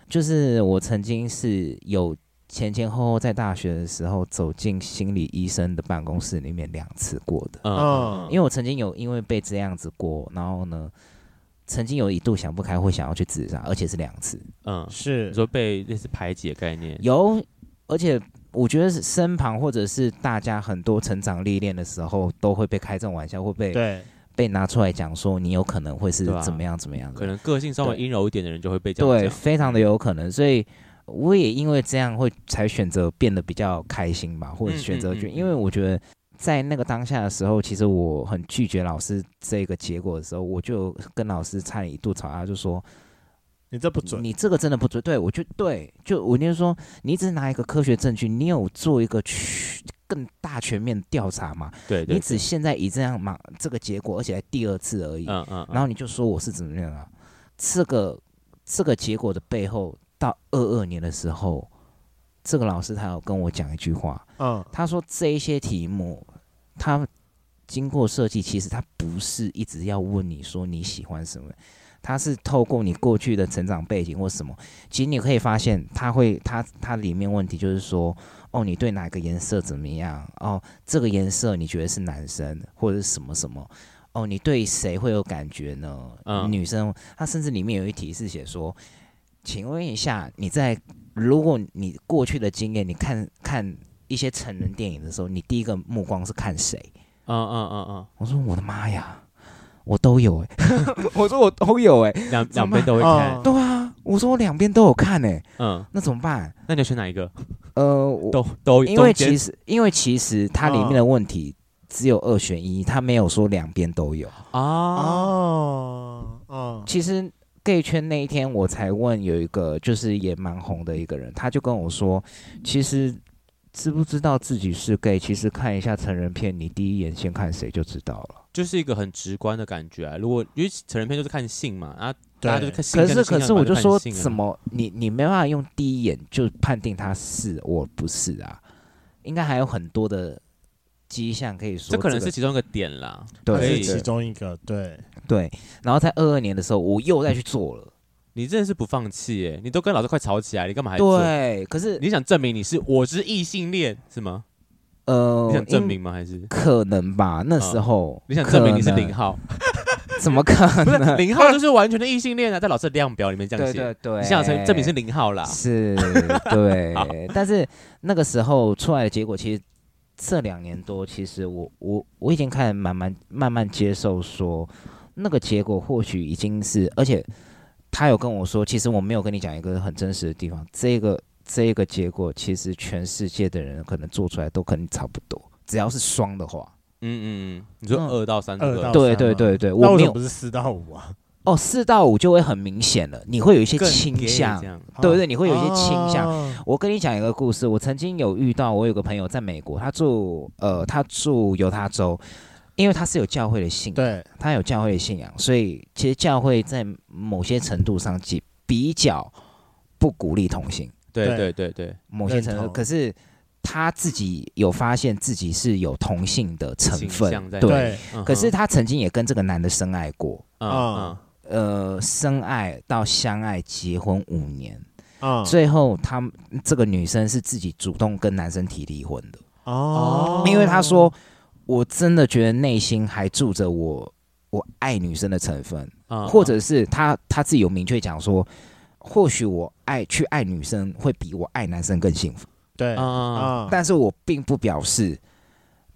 Speaker 4: 就是我曾经是有前前后后在大学的时候走进心理医生的办公室里面两次过的，
Speaker 2: 嗯
Speaker 1: 嗯
Speaker 2: 嗯，
Speaker 4: 因为我曾经有因为被这样子过，然后呢，曾经有一度想不开会想要去自杀，而且是两次，
Speaker 2: 嗯，
Speaker 1: 是
Speaker 2: 你说被类似排解概念，
Speaker 4: 有，而且。我觉得是身旁或者是大家很多成长历练的时候，都会被开这种玩笑，会被
Speaker 1: 对，
Speaker 4: 被拿出来讲说你有可能会是
Speaker 2: 对啊
Speaker 4: 怎么样怎么样的，
Speaker 2: 可能个性稍微
Speaker 4: 对
Speaker 2: 阴柔一点的人就会被这样嗯
Speaker 4: 对，
Speaker 2: 讲，
Speaker 4: 非常的有可能，所以我也因为这样会才选择变得比较开心吧，或者
Speaker 2: 嗯
Speaker 4: 选择
Speaker 2: 嗯
Speaker 4: 就、
Speaker 2: 嗯
Speaker 4: 因为我觉得在那个当下的时候，其实我很拒绝老师这个结果的时候，我就跟老师差点一度吵架，就说
Speaker 1: 你这不准，
Speaker 4: 你这个真的不准，对我就对，就我就说你只拿一个科学证据，你有做一个去更大全面调查吗？
Speaker 2: 对
Speaker 4: 你
Speaker 2: 对，
Speaker 4: 只现在以这样嘛这个结果，而且还第二次而已，
Speaker 2: 嗯嗯，
Speaker 4: 然后你就说我是怎么样啊？这个这个结果的背后，到二二年的时候，这个老师他有跟我讲一句话，
Speaker 1: 嗯，
Speaker 4: 他说这一些题目，他经过设计，其实他不是一直要问你说你喜欢什么，他是透过你过去的成长背景或什么，其实你可以发现，他会他他里面问题就是说，哦，你对哪个颜色怎么样？哦，这个颜色你觉得是男生或者是什么什么？哦，你对谁会有感觉呢？
Speaker 2: 嗯
Speaker 4: 女生，他甚至里面有一题是写说，请问一下，你在如果你过去的经验，你看看一些成人电影的时候，你第一个目光是看谁？
Speaker 2: 嗯嗯嗯
Speaker 4: 我说我的妈呀，我都有哎、 我说我都有哎、
Speaker 2: 嗯，两
Speaker 4: 怎
Speaker 2: 两
Speaker 4: 么
Speaker 2: 边都会看
Speaker 1: 嗯，，
Speaker 4: 对啊，我说我两边都有看哎、
Speaker 2: 嗯，
Speaker 4: 那怎么办？
Speaker 2: 那你要选哪一个？
Speaker 4: 呃，我
Speaker 2: 都都
Speaker 4: 因为
Speaker 2: 中间嗯
Speaker 4: 其实因为其实它里面的问题只有二选一，它没有说两边都有。
Speaker 2: 啊，
Speaker 1: 哦，哦，
Speaker 4: 其实 gay 圈那一天，我才问有一个就是也蛮红的一个人，他就跟我说，其实知不知道自己是 gay，其实看一下成人片，你第一眼先看谁就知道了。
Speaker 2: 就是一个很直观的感觉啊。如果因为成人片就是看性嘛，啊，大家就是看性
Speaker 4: 可
Speaker 2: 向
Speaker 4: 是
Speaker 2: 的
Speaker 4: 可
Speaker 2: 倾向嘛。
Speaker 4: 是我就
Speaker 2: 看
Speaker 4: 说，
Speaker 2: 性啊
Speaker 4: 怎么你你没办法用第一眼就判定他是我不是啊？应该还有很多的迹象可以说
Speaker 2: 这
Speaker 4: 个，
Speaker 2: 可能是其中一个点啦。
Speaker 1: 它
Speaker 2: 可
Speaker 1: 是
Speaker 2: 以
Speaker 4: 对
Speaker 1: 其中一个，对，
Speaker 4: 对。然后在二二年的时候，我又再去做
Speaker 2: 嗯
Speaker 4: 了。
Speaker 2: 你真的是不放弃耶，你都跟老师快吵起来，你干嘛还做？
Speaker 4: 对，可是
Speaker 2: 你想证明你是我是异性恋是吗？
Speaker 4: 呃，
Speaker 2: 你想证明
Speaker 4: 因
Speaker 2: 吗？还是
Speaker 4: 可能吧？那时候
Speaker 2: 你想证明你是
Speaker 4: 可能
Speaker 2: 零号？
Speaker 4: 怎么可
Speaker 2: 不是
Speaker 4: 能？
Speaker 2: 零号就是完全的异性恋啊，在老师的量表里面这样
Speaker 4: 对
Speaker 2: 写
Speaker 4: 对。对，
Speaker 2: 你想证证明是零号啦？
Speaker 4: 是，对。但是那个时候出来的结果，其实这两年多，其实我我我已经开始慢慢慢慢接受说，那个结果或许已经是，而且他有跟我说，其实我没有跟你讲一个很真实的地方，这个这个结果其实全世界的人可能做出来都可能差不多，只要是双的话。
Speaker 2: 嗯嗯嗯，你说
Speaker 4: 嗯
Speaker 2: 二到三这
Speaker 1: 二到
Speaker 2: 个
Speaker 1: 三
Speaker 4: 对对
Speaker 1: 吗
Speaker 4: 对对，
Speaker 1: 那
Speaker 4: 我
Speaker 1: 为什
Speaker 4: 没
Speaker 1: 么
Speaker 4: 有
Speaker 1: 不是四到五啊？
Speaker 4: 哦，四到五就会很明显了，你会有一些
Speaker 2: 更 gay
Speaker 4: 倾向
Speaker 2: 这，样
Speaker 4: 对对，你会有一些倾向。
Speaker 1: 哦
Speaker 4: 我跟你讲一个故事，我曾经有遇到，我有个朋友在美国，他住呃，他住犹他州，因为他是有教会的信仰，
Speaker 1: 对，
Speaker 4: 他有教会的信仰，所以其实教会在某些程度上即比较不鼓励同性，
Speaker 2: 对
Speaker 1: 对
Speaker 2: 对对对，
Speaker 4: 某些程
Speaker 1: 认
Speaker 4: 度，
Speaker 1: 同
Speaker 4: 可是他自己有发现自己是有同性的成
Speaker 2: 倾向
Speaker 4: 分，
Speaker 2: 在
Speaker 4: 对，
Speaker 1: 对，
Speaker 2: 嗯哼
Speaker 4: 可是他曾经也跟这个男的深爱过，
Speaker 2: 嗯嗯
Speaker 1: 啊
Speaker 4: 呃，深爱到相爱，结婚五年，
Speaker 2: 嗯
Speaker 1: 啊，
Speaker 4: 最后他们这个女生是自己主动跟男生提离婚的。
Speaker 1: 哦，
Speaker 4: 因为他说，我真的觉得内心还住着我我爱女生的成分，
Speaker 2: 嗯
Speaker 4: 或者是他他自己有明确讲说，或许我爱去爱女生会比我爱男生更幸福，
Speaker 1: 对
Speaker 2: 嗯嗯
Speaker 1: 啊，
Speaker 4: 但是我并不表示。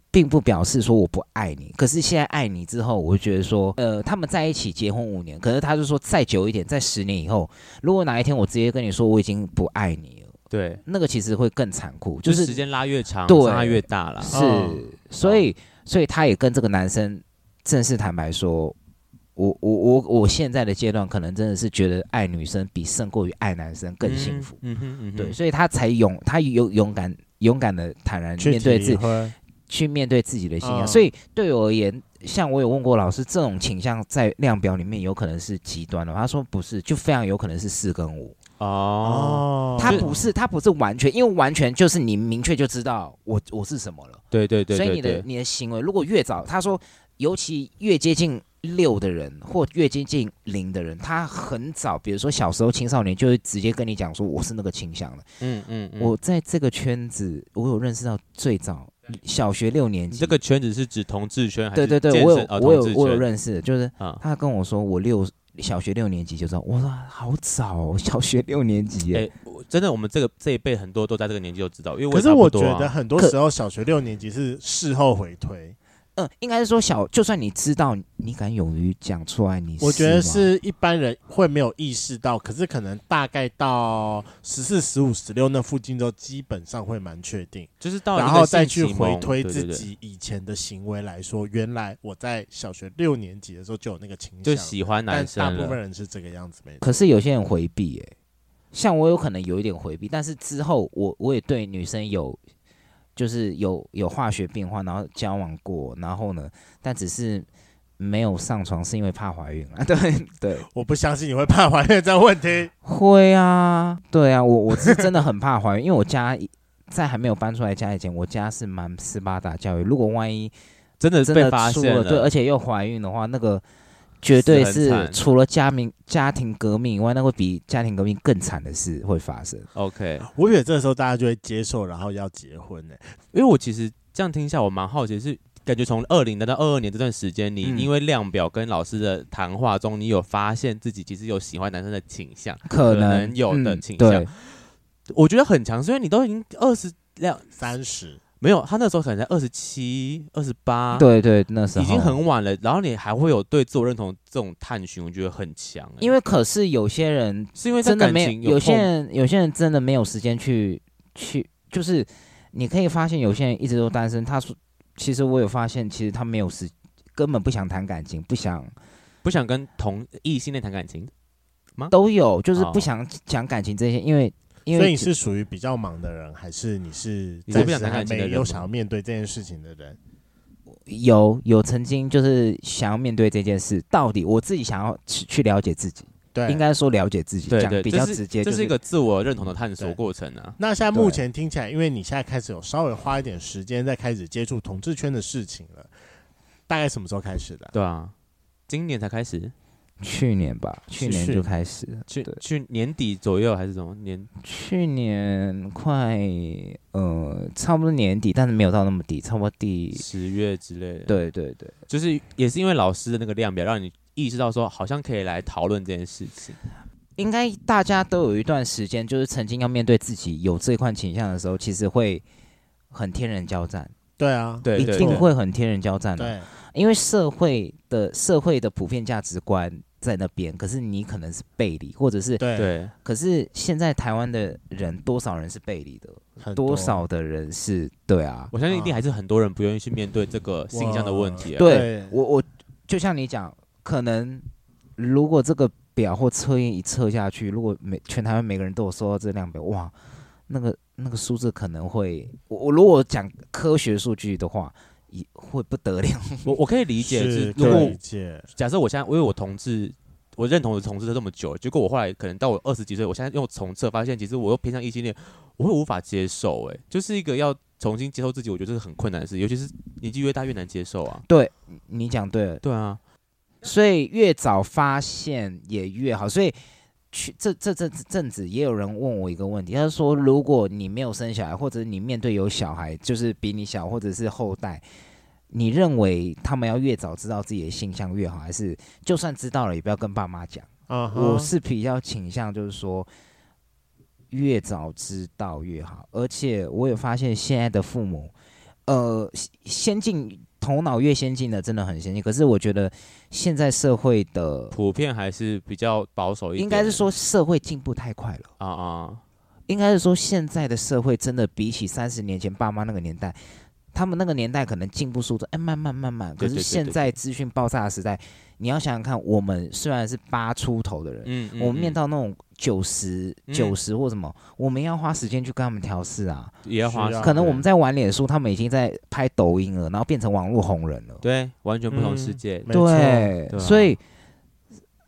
Speaker 4: 并不表示说我不爱你，可是现在爱你之后，我会觉得说，呃，他们在一起结婚五年，可是他就说再久一点，在十年以后，如果哪一天我直接跟你说我已经不爱你了，
Speaker 2: 对，
Speaker 4: 那个其实会更残酷，
Speaker 2: 就
Speaker 4: 就是是
Speaker 2: 时间拉越长，
Speaker 4: 对
Speaker 2: 伤害越大了。
Speaker 1: 嗯
Speaker 4: 是，所以所以他也跟这个男生正式坦白说，我我我我现在的阶段可能真的是觉得爱女生比胜过于爱男生更幸福，
Speaker 2: 嗯。嗯哼，嗯哼
Speaker 4: 对，所以他才勇，他勇勇敢勇敢的坦然
Speaker 1: 去
Speaker 4: 面对
Speaker 1: 体
Speaker 4: 自
Speaker 1: 会
Speaker 4: 去面对自己的信仰。
Speaker 1: 嗯
Speaker 4: 所以对我而言，像我有问过老师，这种倾向在量表里面有可能是极端的，他说不是，就非常有可能是四跟五。
Speaker 2: 哦，
Speaker 1: 哦，
Speaker 4: 他
Speaker 2: 就
Speaker 4: 不是，他不是完全，因为完全就是你明确就知道我我是什么了。
Speaker 2: 对对对
Speaker 4: 所以
Speaker 2: 对
Speaker 4: 你的
Speaker 2: 对，
Speaker 4: 你的行为，如果越早，他说，尤其越接近六的人或越接近零的人，他很早，比如说小时候青少年就会直接跟你讲说我是那个倾向的。
Speaker 2: 嗯嗯，嗯
Speaker 4: 我在这个圈子，我有认识到最早小学六年
Speaker 2: 你
Speaker 4: 级，
Speaker 2: 这个圈子是指同志圈还
Speaker 4: 对
Speaker 2: 是
Speaker 4: 对对，
Speaker 2: 健
Speaker 4: 我
Speaker 2: 身
Speaker 4: 有
Speaker 2: 儿
Speaker 4: 我
Speaker 2: 童
Speaker 4: 有
Speaker 2: 志
Speaker 4: 我有
Speaker 2: 圈
Speaker 4: 认识，就是
Speaker 2: 啊
Speaker 4: 他跟我说我六小学六年级就知道，我说好早、哦，小学六年级耶。
Speaker 2: 哎我真的，我们这个这一辈很多都在这个年纪就知道，因为我
Speaker 1: 可
Speaker 2: 也
Speaker 1: 是
Speaker 2: 差不
Speaker 1: 我觉
Speaker 2: 多啊
Speaker 1: 得很多
Speaker 4: 可
Speaker 1: 时候小学六年级是事后回推，
Speaker 4: 嗯，应该是说小，就算你知道，你敢勇于讲出来你，
Speaker 1: 我觉得。是一般人会没有意识到，可是可能大概到十四、十五、十六那附近之后，基本上会蛮确定，
Speaker 2: 就是到
Speaker 1: 然
Speaker 2: 一
Speaker 1: 后
Speaker 2: 个性
Speaker 1: 再去
Speaker 2: 启
Speaker 1: 回
Speaker 2: 蒙
Speaker 1: 推
Speaker 2: 对
Speaker 1: 自
Speaker 2: 对对
Speaker 1: 己以前的行为来说，原来我在小学六年级的时候就有那个倾
Speaker 2: 就
Speaker 1: 向，
Speaker 2: 喜欢男
Speaker 1: 但
Speaker 2: 生
Speaker 1: 大部分
Speaker 2: 了
Speaker 1: 人是这个样子，没错。
Speaker 4: 可是有些人回避、欸，像我有可能有一点回避，但是之后我我也对女生有，就是有有化学变化，然后交往过，然后呢，但只是没有上床，是因为怕怀孕啊，对 对，
Speaker 1: 我不相信你会怕怀孕这个问 题。
Speaker 4: 会啊，对啊，我我是真的很怕怀孕，因为我家在还没有搬出来家以前，我家是蛮斯巴达教育，如果万一
Speaker 2: 真的
Speaker 4: 真
Speaker 2: 被
Speaker 4: 的
Speaker 2: 发
Speaker 4: 出
Speaker 2: 现
Speaker 4: 对，而且又怀孕的话，那个绝对
Speaker 2: 死很
Speaker 4: 是
Speaker 2: 惨
Speaker 4: 除了家民家庭革命以外，那会比家庭革命更惨的事会发生。
Speaker 2: OK，
Speaker 1: 我以为这个时候大家就会接受，然后要结婚呢、
Speaker 2: 因为我其实这样听下，我蛮好奇是。感觉从二零年到二二年这段时间，你
Speaker 4: 嗯
Speaker 2: 因为量表跟老师的谈话中，你有发现自己其实有喜欢男生的倾向。
Speaker 4: 可
Speaker 2: 能
Speaker 4: 能
Speaker 2: 有的
Speaker 4: 嗯
Speaker 2: 倾
Speaker 4: 对
Speaker 2: 向我觉得很强，虽然你都已经二十两，
Speaker 1: 三十，
Speaker 2: 没有他那时候可能才二十七、二十八，，
Speaker 4: 对对，那时候
Speaker 2: 啊已经很晚了。然后你还会有对自我认同这种探寻，我觉得很强欸、
Speaker 4: 因为可是有些人
Speaker 2: 是因为在
Speaker 4: 真的
Speaker 2: 感
Speaker 4: 没
Speaker 2: 情
Speaker 4: 有，有些
Speaker 2: 空
Speaker 4: 人有些人真的没有时间去去，就是你可以发现有些人一直都单身，他说其实我有发现，其实他没有时。根本不想谈感情，不想
Speaker 2: 不想跟同异性恋谈感情，
Speaker 4: 都有，就是
Speaker 2: 哦
Speaker 4: 不想讲感情这些，因为因
Speaker 1: 所以
Speaker 4: 为
Speaker 1: 你是属于比较忙的人，还是你是
Speaker 2: 你是
Speaker 1: 暂
Speaker 2: 不想
Speaker 1: 时
Speaker 2: 谈
Speaker 1: 还
Speaker 2: 感情的
Speaker 1: 没
Speaker 2: 人吗
Speaker 1: 有想要面对这件事情的人？
Speaker 4: 有有曾经就是想要面对这件事，到底我自己想要去去了解自己，
Speaker 1: 对，
Speaker 4: 应该说了解自己，
Speaker 2: 对
Speaker 4: 这样
Speaker 2: 对，
Speaker 4: 比
Speaker 2: 这
Speaker 4: 较
Speaker 2: 是
Speaker 4: 直接，
Speaker 2: 这
Speaker 4: 就是
Speaker 2: 一个自我认同的探索
Speaker 1: 对
Speaker 2: 过程啊。
Speaker 1: 那现在目
Speaker 4: 对
Speaker 1: 前听起来，因为你现在开始有稍微花一点时间在开始接触同志圈的事情了，大概什么时候开始的啊？
Speaker 2: 对啊，今年才开始，
Speaker 4: 去年吧，去年
Speaker 1: 去
Speaker 4: 就开始了，
Speaker 2: 去
Speaker 4: 对
Speaker 2: 去年底左右还是什么年？
Speaker 4: 去年快呃差不多年底，但是没有到那么底，差不多第
Speaker 2: 十月之类的。，
Speaker 4: 对对对，
Speaker 2: 就是也是因为老师的那个量表，让你意识到说好像可以来讨论这件事情。
Speaker 4: 应该大家都有一段时间，就是曾经要面对自己有这块倾向的时候，其实会很天人交战，
Speaker 1: 对啊，
Speaker 2: 对，啊对
Speaker 4: 一定
Speaker 2: 对
Speaker 4: 会很天人交战的、
Speaker 1: 对，
Speaker 4: 因为社会的社会的普遍价值观在那边，可是你可能是背离，或者是
Speaker 1: 对
Speaker 2: 对，
Speaker 4: 可是现在台湾的人多少人是背离的，
Speaker 1: 很
Speaker 4: 多少的人是对啊，
Speaker 2: 我相信一定还是很多人不愿意去面对这个性向的问题啊。
Speaker 4: 对
Speaker 1: 对
Speaker 4: 我我就像你讲，可能如果这个表或测验一测下去，如果每全台湾每个人都有收到这量表，哇，那个那个数字可能会，我我如果讲科学数据的话，也会不得了。
Speaker 2: 我我可以理解，是
Speaker 1: 是
Speaker 2: 如
Speaker 1: 可
Speaker 2: 果
Speaker 1: 以理解，
Speaker 2: 假设我现在因为我同志，我认同我的同志这么久，结果我后来可能到我二十几岁，我现在用重测发现，其实我又偏向异性恋，我会无法接受、欸，就是一个要重新接受自己，我觉得这是很困难的事，尤其是年纪越大越难接受啊。
Speaker 4: 对，你讲对了，
Speaker 2: 对啊，
Speaker 4: 所以越早发现也越好。所以去这这这这阵子也有人问我一个问题，他说：如果你没有生小孩，或者你面对有小孩，就是比你小或者是后代，你认为他们要越早知道自己的性向越好，还是就算知道了也不要跟爸妈讲？
Speaker 2: 啊
Speaker 4: 我是比较倾向就是说，越早知道越好。而且我也发现现在的父母，呃，先先进头脑越先进的真的很先进，可是我觉得现在社会的
Speaker 2: 普遍还是比较保守一点，
Speaker 4: 应该是说社会进步太快了。
Speaker 2: 啊啊，
Speaker 4: 应该是说现在的社会真的比起三十年前爸妈那个年代，他们那个年代可能进步速度哎慢慢慢慢，
Speaker 2: 对
Speaker 4: 可
Speaker 2: 对
Speaker 4: 是现在资讯爆炸的时代，你要想想看，我们虽然是八出头的人，
Speaker 2: 嗯，嗯
Speaker 4: 我们面
Speaker 2: 嗯
Speaker 4: 到那种九十
Speaker 2: 嗯
Speaker 4: 九十或什么，我们要花时间去跟他们调试啊。
Speaker 2: 也要花
Speaker 1: 是啊
Speaker 4: 可能
Speaker 2: 对
Speaker 4: 我们在玩脸书，他们已经在拍抖音了，然后变成网络红人了。
Speaker 2: 对完全不同
Speaker 1: 嗯
Speaker 2: 世界，
Speaker 1: 没错
Speaker 4: 对，
Speaker 2: 对啊
Speaker 4: 所以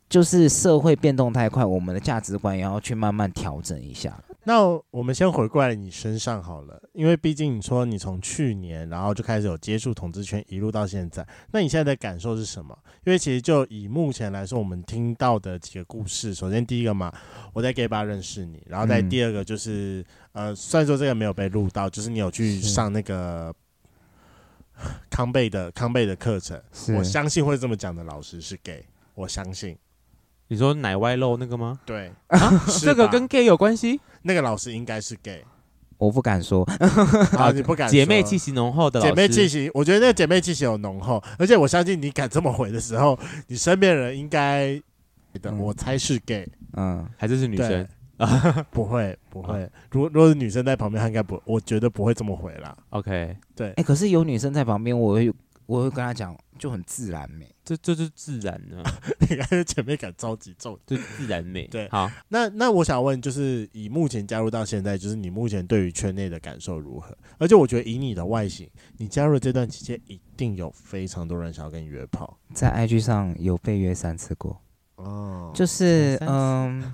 Speaker 4: 就是社会变动太快，我们的价值观也要去慢慢调整一下。
Speaker 1: 那我们先回过来你身上好了，因为毕竟你说你从去年然后就开始有接触统治圈，一路到现在，那你现在的感受是什么？因为其实就以目前来说，我们听到的几个故事，首先第一个嘛，我在 gay 吧认识你，然后再
Speaker 4: 嗯
Speaker 1: 第二个就是、呃，虽然说这个没有被录到，就是你有去
Speaker 4: 是
Speaker 1: 上那个康贝的康贝的课程，
Speaker 4: 是
Speaker 1: 我相信会这么讲的老师是 gay，我相信，啊
Speaker 2: 你说奶外露那个吗？
Speaker 1: 对， 是
Speaker 2: 这个
Speaker 1: 吧
Speaker 2: 跟 gay 有关系？
Speaker 1: 那个老师应该是 gay，
Speaker 4: 我不敢说，
Speaker 1: 啊，你不敢
Speaker 2: 姐妹
Speaker 1: 说
Speaker 2: 气息浓厚的老
Speaker 1: 姐妹
Speaker 2: 师
Speaker 1: 气息，我觉得那个姐妹气息有浓厚，而且我相信你敢这么回的时候，你身边人应该，
Speaker 4: 嗯
Speaker 1: 我猜是 gay，
Speaker 4: 嗯。
Speaker 2: 还是是女
Speaker 1: 对
Speaker 2: 生啊
Speaker 1: 不会不会。如果如果是女生在旁边，她应该不，我觉得不会这么回啦。
Speaker 2: ？OK，
Speaker 1: 对
Speaker 4: 哎、，可是有女生在旁边，我会我会跟她讲，就很自然美、
Speaker 2: 这这就是自然呢，
Speaker 1: 应该是姐妹感超级重。
Speaker 2: 就自然美。
Speaker 1: 对
Speaker 2: 好，
Speaker 1: 那那我想问，就是以目前加入到现在，就是你目前对于圈内的感受如何？而且我觉得以你的外形，你加入这段期间，一定有非常多人想要跟你约炮
Speaker 4: 在 IG 上有被约三次过，
Speaker 1: 哦
Speaker 4: 就是
Speaker 2: 三次
Speaker 4: 嗯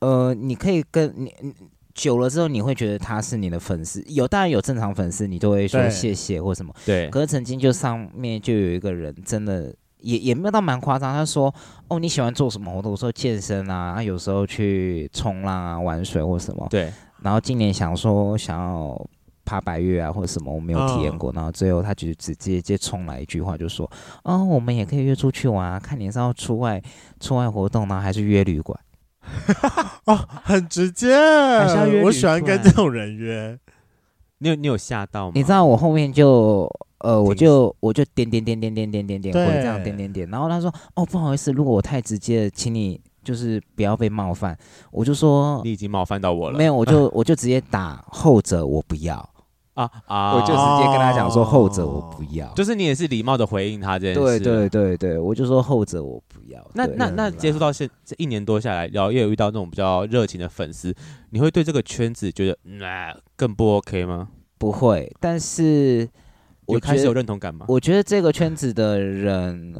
Speaker 4: 呃，你可以跟你你久了之后，你会觉得她是你的粉丝。有当然有正常粉丝，你都会说
Speaker 1: 对
Speaker 4: 谢谢或什么。
Speaker 2: 对，
Speaker 4: 可是曾经就上面就有一个人真的。也也没有到蛮夸张，他说哦你喜欢做什么活动？我说健身啊，然后有时候去冲浪啊、玩水或什么。
Speaker 2: 对，
Speaker 4: 然后今年想说想要爬百越啊或者什么，我没有体验过。然后最后他就直接直接冲来一句话，就说：“哦，我们也可以约出去玩啊，看你是要出外出外活动呢，还是约旅馆
Speaker 1: 哦，很直接
Speaker 2: 是要约，女
Speaker 1: 我喜欢跟
Speaker 2: 出来
Speaker 1: 这种人约。
Speaker 2: 你有你有吓到吗？？”
Speaker 4: 你知道我后面就呃，我
Speaker 1: 挺
Speaker 4: 就我就点点点点点点点点，
Speaker 1: 对
Speaker 4: 或者这样点点点。然后他说：“哦，不好意思，如果我太直接了，请你就是不要被冒犯。”我就说
Speaker 2: 你已经冒犯到我：“了，
Speaker 4: 没有，我就我就直接打后者我不要，
Speaker 2: 啊啊！
Speaker 4: 我就
Speaker 1: 是
Speaker 4: 直接跟他讲说
Speaker 1: 哦
Speaker 4: 后者我不要。”
Speaker 2: 就是你也是礼貌的回应他这件
Speaker 4: 对
Speaker 2: 事。
Speaker 4: 对。对对，我就说后者我不要。
Speaker 2: 啊那
Speaker 4: 对
Speaker 2: 那那
Speaker 1: 对
Speaker 2: 接触到现这一年多下来，然后又有遇到那种比较热情的粉丝，你会对这个圈子觉得嗯啊更不 OK 吗？
Speaker 4: 不会，但是
Speaker 2: 有
Speaker 4: 我
Speaker 2: 开
Speaker 4: 觉
Speaker 2: 始有
Speaker 4: 得，
Speaker 2: 认同感吗？
Speaker 4: 我觉得这个圈子的人，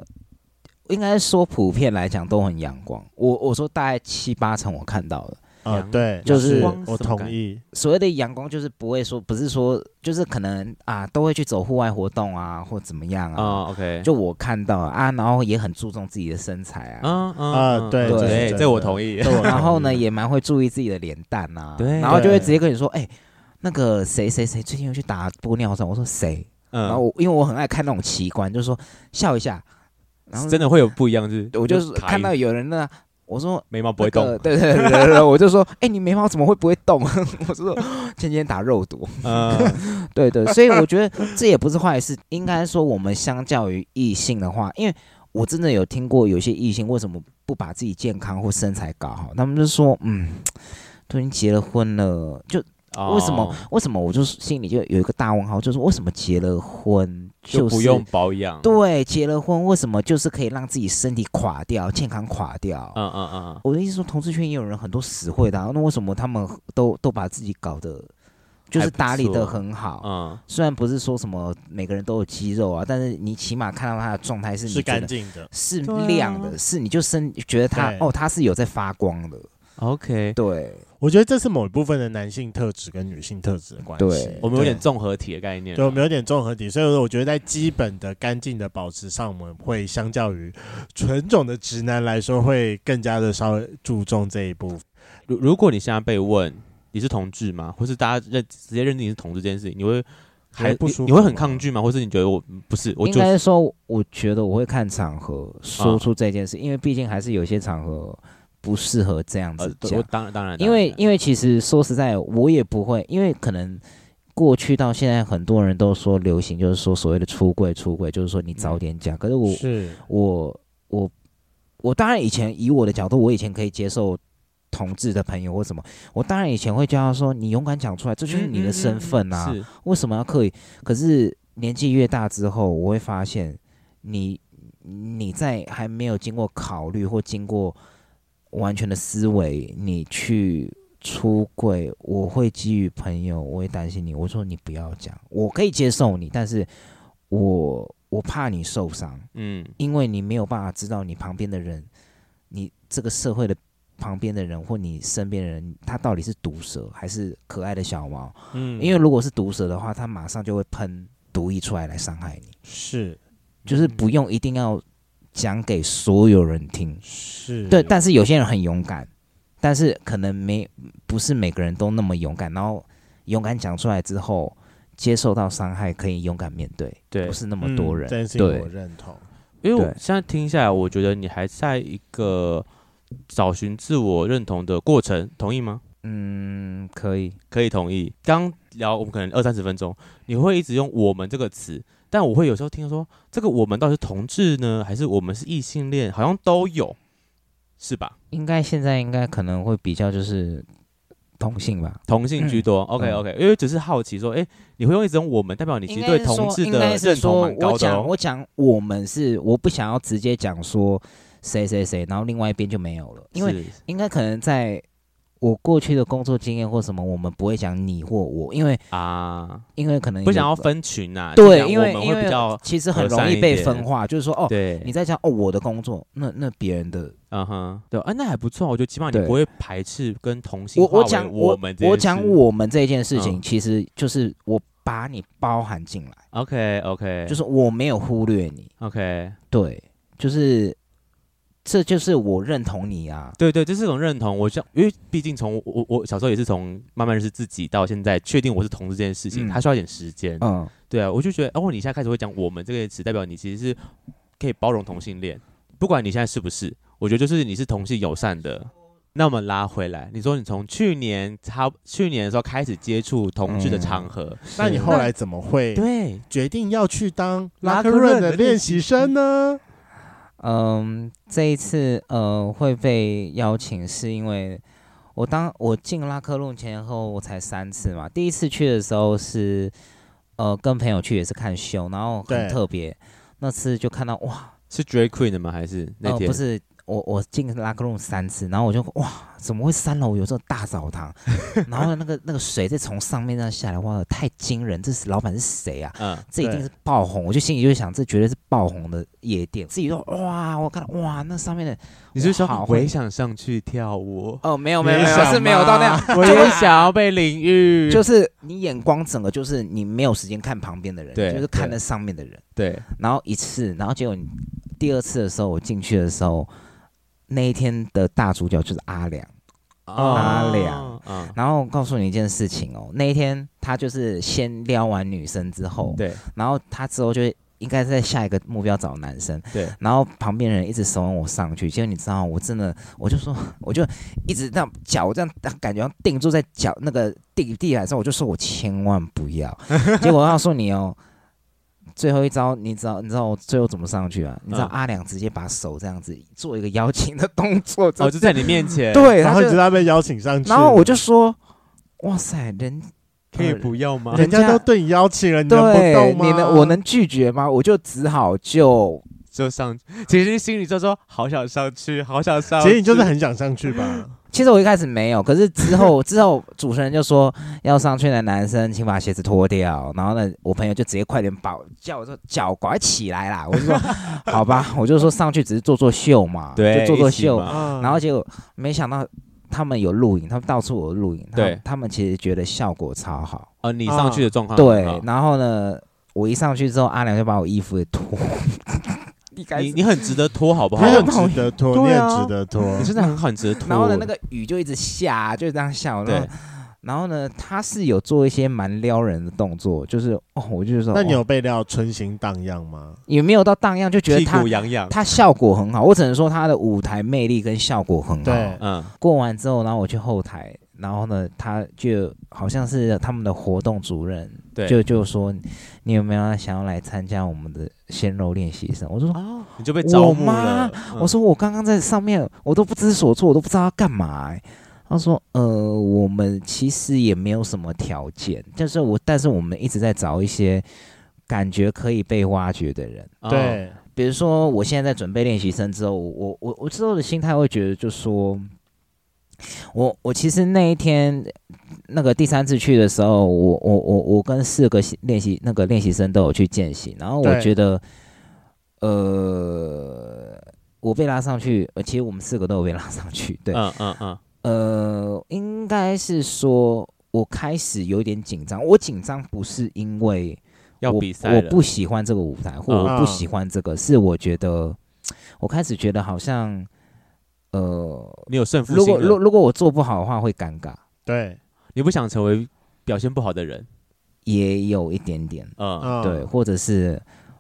Speaker 4: 应该说普遍来讲都很阳光。我我说大概七八成我看到的，
Speaker 1: 啊，
Speaker 2: 阳
Speaker 1: 对，
Speaker 4: 就是
Speaker 1: 是
Speaker 2: 光什么
Speaker 1: 我同
Speaker 2: 感
Speaker 1: 意，
Speaker 4: 所谓的阳光就是不会说，不是说就是可能啊都会去走户外活动啊或怎么样啊。
Speaker 2: 啊，OK，
Speaker 4: 就我看到啊，然后也很注重自己的身材啊，
Speaker 2: 啊啊
Speaker 1: 啊
Speaker 2: 啊
Speaker 1: 对
Speaker 4: 这是
Speaker 2: 对，
Speaker 1: 真
Speaker 2: 这我
Speaker 1: 的
Speaker 2: 同 意
Speaker 1: 这。我
Speaker 4: 然后
Speaker 1: 同
Speaker 4: 呢，
Speaker 1: 意
Speaker 4: 也蛮会注意自己的脸蛋呐、
Speaker 2: 对
Speaker 4: 然后就会
Speaker 1: 对
Speaker 4: 直接跟你说，哎、那个谁谁谁最近又去打玻尿酸，我说谁？
Speaker 2: 嗯，
Speaker 4: 然后我因为我很爱看那种奇观，就说笑一下，然后
Speaker 2: 真的会有不一样，就是
Speaker 4: 我就是
Speaker 2: 卡
Speaker 4: 看
Speaker 2: 一
Speaker 4: 到有人呢，我说。
Speaker 2: 眉毛不
Speaker 4: 那
Speaker 2: 会动，
Speaker 4: 个对对对对对，我就说，哎、你眉毛怎么会不会动？ 我说今天打肉毒，
Speaker 2: 嗯，
Speaker 4: 对 对，所以我觉得这也不是坏事。应该说，我们相较于异性的话，因为我真的有听过有些异性为什么不把自己健康或身材搞好，他们就说，嗯，都已经结了婚了，就
Speaker 2: 哦
Speaker 4: 为什么？为什么？我就心里就有一个大问号，就是为什么结了婚
Speaker 2: 就
Speaker 4: 就是
Speaker 2: 不用保养？
Speaker 4: 对结了婚，为什么就是可以让自己身体垮掉、健康垮掉？
Speaker 2: 嗯嗯 嗯，
Speaker 4: 我的意思说，同志圈也有人很多实惠的、啊，那为什么他们都都把自己搞得就
Speaker 2: 还
Speaker 4: 是
Speaker 2: 不
Speaker 4: 打理
Speaker 2: 错
Speaker 4: 的很好？
Speaker 2: 嗯，
Speaker 4: 虽然不是说什么每个人都有肌肉啊，但是你起码看到他的状态是你
Speaker 1: 是
Speaker 4: 觉
Speaker 1: 干
Speaker 4: 得
Speaker 1: 净的。
Speaker 4: 是
Speaker 2: 对啊
Speaker 4: 亮的，是你就身觉得他
Speaker 1: 对
Speaker 4: 哦，他是有在发光的，
Speaker 2: 嗯 OK，
Speaker 4: 对
Speaker 1: 我觉得这是某一部分的男性特质跟女性特质的关系。
Speaker 4: 对
Speaker 2: 我们有点综合体的概念啊，
Speaker 1: 对，我们有点综合体，所以我觉得在基本的干净的保持上，我们会相较于纯种的直男来说，会更加的稍微注重这一部分。
Speaker 2: 如如果你现在被问你是同志吗，或是大家认直接认定你是同志这件事情，你会还
Speaker 1: 不舒服
Speaker 2: 你会很
Speaker 1: 吗
Speaker 2: 抗拒吗？或是你觉得我不是我
Speaker 4: 应
Speaker 2: 就
Speaker 4: 该
Speaker 2: 是
Speaker 4: 是说，我觉得我会看场合说出这件事，因为毕竟还是有些场合不适合这样
Speaker 2: 呃
Speaker 4: 子，
Speaker 2: 对啊
Speaker 4: 讲
Speaker 2: 我。当然当然，
Speaker 4: 因为因
Speaker 2: 为
Speaker 4: 为其实说实在，我也不会，因为可能过去到现在，很多人都说流行就是说所谓的出柜，出柜就是说你
Speaker 2: 嗯
Speaker 4: 早点讲。可是我
Speaker 1: 是
Speaker 4: 我我我当然以前以我的角度，我以前可以接受同志的朋友或什么，我当然以前会叫他说你勇敢讲出来，这就是
Speaker 2: 嗯
Speaker 4: 你的身份啊，
Speaker 2: 是
Speaker 4: 为什么要刻意？可是年纪越大之后，我会发现你你在还没有经过考虑或经过完全的思维，你去。出柜，我会基于朋友，我会担心你。我说你不要讲，我可以接受你，但是我我怕你受伤。
Speaker 2: 嗯
Speaker 4: 因为你没有办法知道你旁边的人，你这个社会的旁边的人或你身边的人，他到底是毒蛇还是可爱的小猫？
Speaker 1: 嗯
Speaker 4: 因为如果是毒蛇的话，他马上就会喷毒液出来来伤害
Speaker 1: 嗯
Speaker 4: 你，
Speaker 1: 是
Speaker 4: 就是不用一定要讲给所有人听。
Speaker 1: 嗯是，
Speaker 4: 对，但是有些人很勇敢，但是可能没不是每个人都那么勇敢，然后勇敢讲出来之后，接受到伤害可以勇敢面对，
Speaker 2: 对
Speaker 4: 不，是那么多人。
Speaker 1: 嗯真心
Speaker 4: 对
Speaker 1: 我认同，
Speaker 2: 因为我
Speaker 4: 对
Speaker 2: 现在听下来，我觉得你还在一个找寻自我认同的过程，同意吗？
Speaker 4: 嗯，可以。
Speaker 2: 可以同意。刚聊我们可能二三十分钟，你会一直用“我们”这个词，但我会有时候听说这个“我们”到底是同志呢，还是我们是异性恋，好像都有，是吧？
Speaker 4: 应该现在应该可能会比较就是同性吧，
Speaker 2: 同性居多、o k
Speaker 4: 嗯
Speaker 2: OK，因为只是好奇说，哎、你会用一种我们，代表你其实对同志
Speaker 4: 应
Speaker 2: 的
Speaker 4: 该是
Speaker 2: 认同
Speaker 4: 说
Speaker 2: 蛮
Speaker 4: 我
Speaker 2: 高的、
Speaker 4: 讲
Speaker 2: 哦。
Speaker 4: 我讲我们是我不想要直接讲说谁谁谁，然后另外一边就没有了，因为
Speaker 2: 是
Speaker 4: 应该可能在我过去的工作经验或什么，我们不会讲你或我，因为
Speaker 2: 啊，
Speaker 4: 因为可能
Speaker 2: 不想
Speaker 4: 有
Speaker 2: 要分群呐、啊，就
Speaker 4: 对，
Speaker 2: 讲
Speaker 4: 因为
Speaker 2: 我们
Speaker 4: 因
Speaker 2: 会
Speaker 4: 为
Speaker 2: 比较
Speaker 4: 其实很
Speaker 2: 和
Speaker 4: 容
Speaker 2: 善
Speaker 4: 易
Speaker 2: 一
Speaker 4: 被
Speaker 2: 点
Speaker 4: 分化，就是说哦。
Speaker 2: 对
Speaker 4: 你，在讲哦，我的工作，那那别人的，
Speaker 2: 嗯哼，对，啊，那还不错，我觉得起码你
Speaker 4: 对
Speaker 2: 不会排斥跟同性
Speaker 4: 我
Speaker 2: 化为
Speaker 4: 我讲
Speaker 2: 我们这件
Speaker 4: 我讲
Speaker 2: 事
Speaker 4: 我们这件事
Speaker 2: 嗯
Speaker 4: 情，其实就是我把你包含进来。
Speaker 2: ，OK OK，
Speaker 4: 就是我没有忽略你，
Speaker 2: OK，
Speaker 4: 对，就是这就是我认同你啊，
Speaker 2: 对对，就是一种认同。我像，因为毕竟从我我我小时候也是从慢慢认识自己到现在确定我是同志这件事情，
Speaker 4: 嗯
Speaker 2: 它需要一点时间。
Speaker 4: 嗯，
Speaker 2: 对啊，我就觉得，哦，你现在开始会讲“我们”这个词，代表你其实是可以包容同性恋，不管你现在是不是，我觉得就是你是同性友善的。那我们拉回来，你说你从去年差去年的时候开始接触同志的
Speaker 4: 嗯
Speaker 2: 场合，
Speaker 1: 那你后来怎么会
Speaker 2: 对，
Speaker 1: 决定要去当
Speaker 2: 拉
Speaker 1: 拉
Speaker 2: 克
Speaker 1: 克
Speaker 2: 润
Speaker 1: 润
Speaker 2: 的
Speaker 1: 的
Speaker 2: 练
Speaker 1: 练
Speaker 2: 习
Speaker 1: 习生呢？
Speaker 4: 嗯，这一次呃会被邀请是因为我当我进拉克路前后我才三次嘛，第一次去的时候是呃跟朋友去也是看秀，然后很
Speaker 1: 对
Speaker 4: 特别，那次就看到哇，
Speaker 2: 是 Drag Queen 的吗？还是那
Speaker 4: 呃
Speaker 2: 天？
Speaker 4: 不是。我我进拉克路三次，然后我就哇，怎么会三楼有这种大澡堂？ 然后那个那个水再从上面这样下来，哇，太惊人！这是老板是谁啊？
Speaker 2: 嗯，
Speaker 4: 这一定
Speaker 1: 对
Speaker 4: 是爆红，我就心里就想，这绝对是爆红的夜店。自己就哇，我看哇，那上面的
Speaker 2: 你是
Speaker 4: 哇
Speaker 2: 说
Speaker 4: 好
Speaker 2: 我
Speaker 4: 会
Speaker 2: 也想上去跳舞？
Speaker 4: 哦，没有没
Speaker 1: 你
Speaker 4: 有
Speaker 1: 也
Speaker 4: 没有
Speaker 1: 想
Speaker 4: 是没有到那 样，
Speaker 2: 我也想要被淋浴，
Speaker 4: 就是你眼光整个就是你没有时间看旁边的人，
Speaker 2: 对
Speaker 4: 就是看
Speaker 2: 对
Speaker 4: 那上面的人。
Speaker 2: 对，
Speaker 4: 然后一次，然后结果你第二次的时候，我进去的时候，那一天的大主角就是阿良。
Speaker 2: 阿
Speaker 4: 阿
Speaker 2: 良
Speaker 4: 良，
Speaker 2: 嗯，
Speaker 4: 然后告诉你一件事情哦，那一天他就是先撩完女生之后，
Speaker 2: 对
Speaker 4: 然后他之后就应该在下一个目标找男生，
Speaker 2: 对，
Speaker 4: 然后旁边人一直怂恿我上去，结果你知道，我真的，我就说，我就一直这样脚这样感觉要定住在脚那个地地板上，我就说我千万不 要。结果我要说你哦，最后一招，你知道你知道我最后怎么上去啊？你知道
Speaker 2: 嗯
Speaker 4: 阿良直接把手这样子做一个邀请的动作，
Speaker 2: 哦，就在你面前，，
Speaker 4: 对，
Speaker 1: 然
Speaker 4: 他
Speaker 1: 后
Speaker 4: 就
Speaker 1: 你知道被邀请上去，
Speaker 4: 然后我就说，哇塞，人
Speaker 2: 可以不要吗？
Speaker 1: 人家
Speaker 4: 人家
Speaker 1: 都对你邀请了，你能不
Speaker 4: 对
Speaker 1: 动吗？
Speaker 4: 你能我能拒绝吗？我就只好就
Speaker 2: 就上，其实心里就说好想上去，好想上去，
Speaker 1: 其实你就是很想上去吧？
Speaker 4: 其实我一开始没有，可是 之后之后主持人就说要上去的男生，请把鞋子脱掉。然后呢，我朋友就直接快点把我叫我说脚赶快起来啦！我 就说好吧，我就说上去只是做做秀嘛，
Speaker 2: 对，
Speaker 4: 就做做
Speaker 2: 一起
Speaker 4: 秀。
Speaker 2: 嘛
Speaker 1: 啊
Speaker 4: 然后结果没想到他们有录影，他们到处有录影，他
Speaker 2: 对
Speaker 4: 他们其实觉得效果超好。
Speaker 2: 哦，你上去的状况
Speaker 4: 对
Speaker 2: 很，
Speaker 4: 然后呢，我一上去之后，阿良就把我衣服给脱。 一
Speaker 2: 好
Speaker 4: 开
Speaker 2: 你
Speaker 4: 始
Speaker 2: 你很值得拖，好不 好
Speaker 1: 你？很值得拖，你
Speaker 4: 对啊
Speaker 1: 很值得拖
Speaker 2: 你。真的很很值得拖。
Speaker 4: 然后呢，那个雨就一直下，就这样下，我
Speaker 2: 对
Speaker 4: 那然后呢，他是有做一些蛮撩人的动作，就是哦，我就是说，
Speaker 1: 那你
Speaker 4: 哦
Speaker 1: 有被料春心荡漾吗？
Speaker 4: 也没有到荡漾，就觉得
Speaker 2: 屁
Speaker 4: 他
Speaker 2: 股痒痒，
Speaker 4: 他效果很好，我只能说他的舞台魅力跟效果很好。
Speaker 1: 对，
Speaker 2: 嗯，
Speaker 4: 过完之后，然后我去后台，然后呢，他就好像是他们的活动主任，
Speaker 2: 对，
Speaker 4: 就就说你有没有想要来参加我们的鲜肉练习生？我就说，
Speaker 2: 哦，你就被招募
Speaker 4: 我妈
Speaker 2: 了。嗯
Speaker 4: 我说我刚刚在上面我都不知所措，我都不知道要干嘛、欸。他说：“呃，我们其实也没有什么条件，就是我，但是我们一直在找一些感觉可以被挖掘的人。
Speaker 2: 哦
Speaker 1: 对，
Speaker 4: 比如说，我现在在准备练习生之后，我我我之后的心态会觉得，就说，我我其实那一天那个第三次去的时候，我我我我跟四个习练习那个练习生都有去见习，然后我
Speaker 1: 对
Speaker 4: 觉得，呃，我被拉上去，呃，其实我们四个都有被拉上去，对，
Speaker 2: 嗯嗯嗯，
Speaker 4: 呃，应该是说我开始有点紧张，我紧张不是因为。
Speaker 2: 要
Speaker 4: 我
Speaker 2: 比赛
Speaker 4: 我
Speaker 2: 了，
Speaker 4: 不喜欢这个舞台，或我
Speaker 1: 嗯
Speaker 4: 不喜欢这个，是我觉得我开始觉得好像，呃，
Speaker 2: 你有胜负
Speaker 4: 如
Speaker 2: 心
Speaker 4: 果如
Speaker 2: 了，
Speaker 4: 如果我做不好的话会尴尬，
Speaker 1: 对，
Speaker 2: 你不想成为表现不好的人，
Speaker 4: 也有一点点
Speaker 2: 嗯，
Speaker 1: 嗯，
Speaker 4: 对，或者是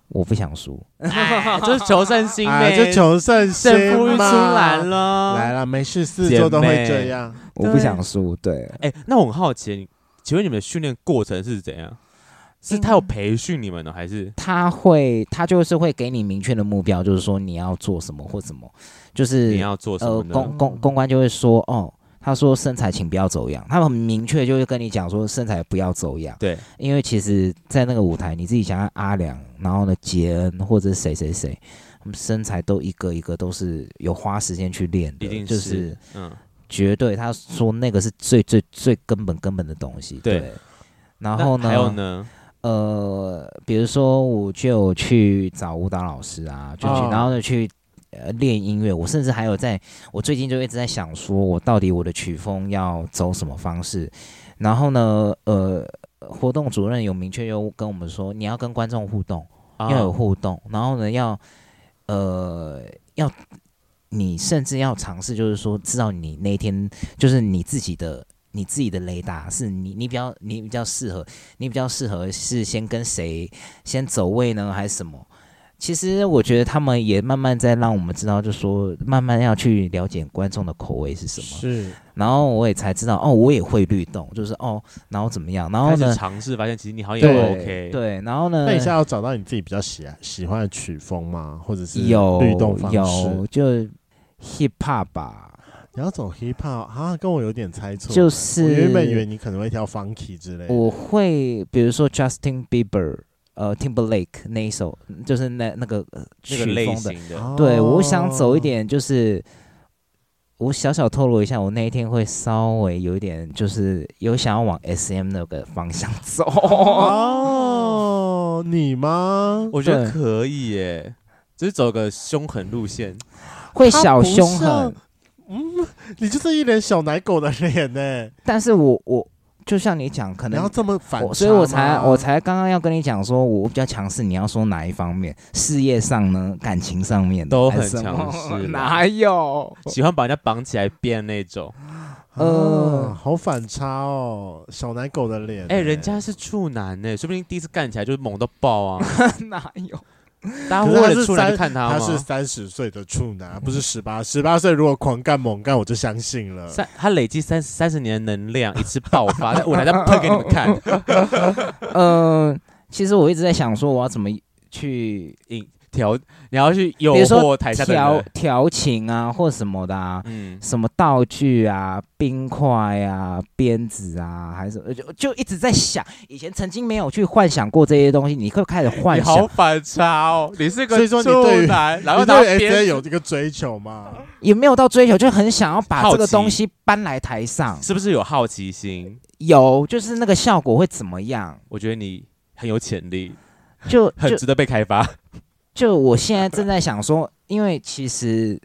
Speaker 4: 我不想输，
Speaker 2: 哎就是求胜心
Speaker 1: 啊，
Speaker 2: 呗，
Speaker 4: 哎
Speaker 1: 就求胜
Speaker 2: 胜
Speaker 1: 心
Speaker 2: 负欲出
Speaker 1: 嘛
Speaker 2: 来了，
Speaker 1: 来了，没事，狮子座都会这样。
Speaker 4: 我不想输，对，
Speaker 2: 哎、那我很好奇，你请问你们的训练过程是怎样？是他有培训你们呢，还是
Speaker 4: 他会他就是会给你明确的目标，就是说你要做什么或什么，就是
Speaker 2: 你要做什
Speaker 4: 呃
Speaker 2: 么，呢？
Speaker 4: 公公公关就会说，哦，他说身材请不要走样，他们很明确就会跟你讲说身材不要走样，
Speaker 2: 对，
Speaker 4: 因为其实，在那个舞台，你自己想想阿良，然后呢，杰恩或者谁谁谁，他们身材都一个一个都是有花时间去练的，
Speaker 2: 一定
Speaker 4: 就是是
Speaker 2: 嗯，
Speaker 4: 绝对他说那个是最最最根本根本的东西，
Speaker 2: 对
Speaker 4: 对。然后
Speaker 2: 那还有呢？
Speaker 4: 呃，比如说我就有去找舞蹈老师啊，就去，
Speaker 1: 哦
Speaker 4: 然后呢去呃练音乐。我甚至还有在，我最近就一直在想，说我到底我的曲风要走什么方式。然后呢，呃，活动主任有明确又跟我们说，你要跟观众互动，
Speaker 2: 啊
Speaker 4: 要有互动，然后呢要呃要。你甚至要尝试，就是说，知道你那一天就是你自己的你自己的雷达，是你你比较你比较适合，你比较适合是先跟谁先走位呢，还是什么？其实我觉得他们也慢慢在让我们知道，就说慢慢要去了解观众的口味是什么。
Speaker 1: 是，
Speaker 4: 然后我也才知道，哦，我也会律动，就是哦，然后怎么样？然后
Speaker 2: 开始
Speaker 4: 呢？
Speaker 2: 尝试，发现其实你好像
Speaker 1: 对
Speaker 2: 也 OK，，
Speaker 4: 对，然后呢？
Speaker 1: 那你现在要找到你自己比较喜喜欢的曲风吗？或者是
Speaker 4: 有
Speaker 1: 律动方式
Speaker 4: 有？就 hip hop 吧，
Speaker 1: 你要走 hip hop 啊，跟我有点猜错欸。
Speaker 4: 就
Speaker 1: 我原本以为
Speaker 4: 是
Speaker 1: 你可能会挑 funky 之类的。
Speaker 4: 我会比如说 Justin Bieber。呃，Timberlake 那一首就是那那个
Speaker 2: 那
Speaker 4: 呃
Speaker 2: 个
Speaker 4: 曲
Speaker 2: 类
Speaker 4: 风的，
Speaker 2: 型的，
Speaker 1: 哦
Speaker 4: 对，我想走一，点，就是我小小透露一下，我那一天会稍微有一点，就是有想要往 S M 那个方向 走。
Speaker 1: 哦，你吗？
Speaker 2: 我觉得
Speaker 4: 对
Speaker 2: 可以耶，就是走个凶狠路线，
Speaker 4: 会小凶
Speaker 1: 他不
Speaker 4: 狠
Speaker 1: 像，你就是一脸小奶狗的脸呢、
Speaker 4: 但是我我就像你讲，可
Speaker 1: 你要
Speaker 4: 能
Speaker 1: 这么反差吗，
Speaker 4: 我所以我才我才刚刚要跟你讲说，我比较强势，你要说哪一方面？事业上呢，感情上面
Speaker 2: 都
Speaker 4: 还
Speaker 2: 很
Speaker 4: 是什
Speaker 2: 强
Speaker 4: 么
Speaker 2: 势啦
Speaker 4: 哪有？
Speaker 2: 喜欢把人家绑起来变那种。
Speaker 1: 呃
Speaker 4: 呃，
Speaker 1: 好反差哦，小奶狗的脸、
Speaker 2: 嗯
Speaker 1: 欸
Speaker 2: 哎、人家是处男呢，说不定第一次干起来就是猛到爆啊！
Speaker 4: 哪有？
Speaker 2: 大家
Speaker 1: 可
Speaker 2: 为
Speaker 1: 是他
Speaker 2: 了
Speaker 1: 是
Speaker 2: 处男
Speaker 1: 三
Speaker 2: 就看
Speaker 1: 他
Speaker 2: 吗？
Speaker 1: 是三十岁的处男，不是十八。十八岁如果狂干猛干，我就相信了。
Speaker 2: 三，他累积三三十年的能量一次爆发，在舞台上喷给你们看，
Speaker 4: 嗯、其实我一直在想说，我要怎么去
Speaker 2: 引调，你要去诱
Speaker 4: 比如说
Speaker 2: 惑台下的
Speaker 4: 调
Speaker 2: 人。
Speaker 4: 调情啊，或什么的啊，
Speaker 2: 嗯，
Speaker 4: 什么道具啊、冰块啊、鞭子啊，还是什么就就一直在想，以前曾经没有去幻想过这些东西，你会开始
Speaker 2: 你
Speaker 4: 幻
Speaker 2: 好
Speaker 4: 想，
Speaker 2: 反差哦！你
Speaker 1: 所
Speaker 2: 是个
Speaker 1: 以说
Speaker 2: 处
Speaker 1: 你对于
Speaker 2: 男，然后
Speaker 1: 你对
Speaker 2: 他
Speaker 1: S
Speaker 2: 边
Speaker 1: A 有这个追求吗？
Speaker 4: 也没有到追求，就很想要把
Speaker 2: 好奇
Speaker 4: 这个东西搬来台上，
Speaker 2: 是不是有好奇心？
Speaker 4: 有就是那个效果会怎么 样？
Speaker 2: 我觉得你很有潜力，
Speaker 4: 就
Speaker 2: 很
Speaker 4: 就
Speaker 2: 值得被开发。
Speaker 4: 就我现 在正在想说，因为其实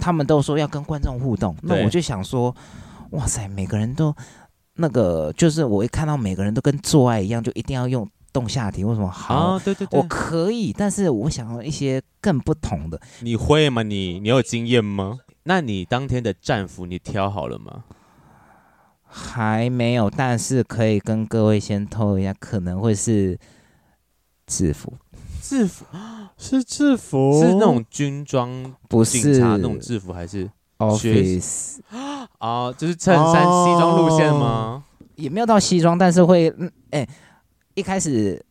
Speaker 4: 他们都说要跟观众互动，那
Speaker 2: 对
Speaker 4: 我就想说，哇塞，每个人都那个，就是我一看到每个人都跟做爱一样，就一定要用动下体，为什么好？
Speaker 2: 啊，对对对
Speaker 4: 我，可以，但是我想要一些更不同的。
Speaker 2: 你会吗？你你有经验吗？那你当天的战服你挑好了吗？
Speaker 4: 还没有，但是可以跟各位先透一下，可能会是制服，
Speaker 2: 制服
Speaker 1: 是制服，
Speaker 2: 是那种军装
Speaker 4: 不是
Speaker 2: 警察那种制服，还是
Speaker 4: office，
Speaker 2: 啊，就是衬衫
Speaker 1: 哦
Speaker 2: 西装路线吗？
Speaker 4: 也没有到西装，但是会，嗯哎、一开始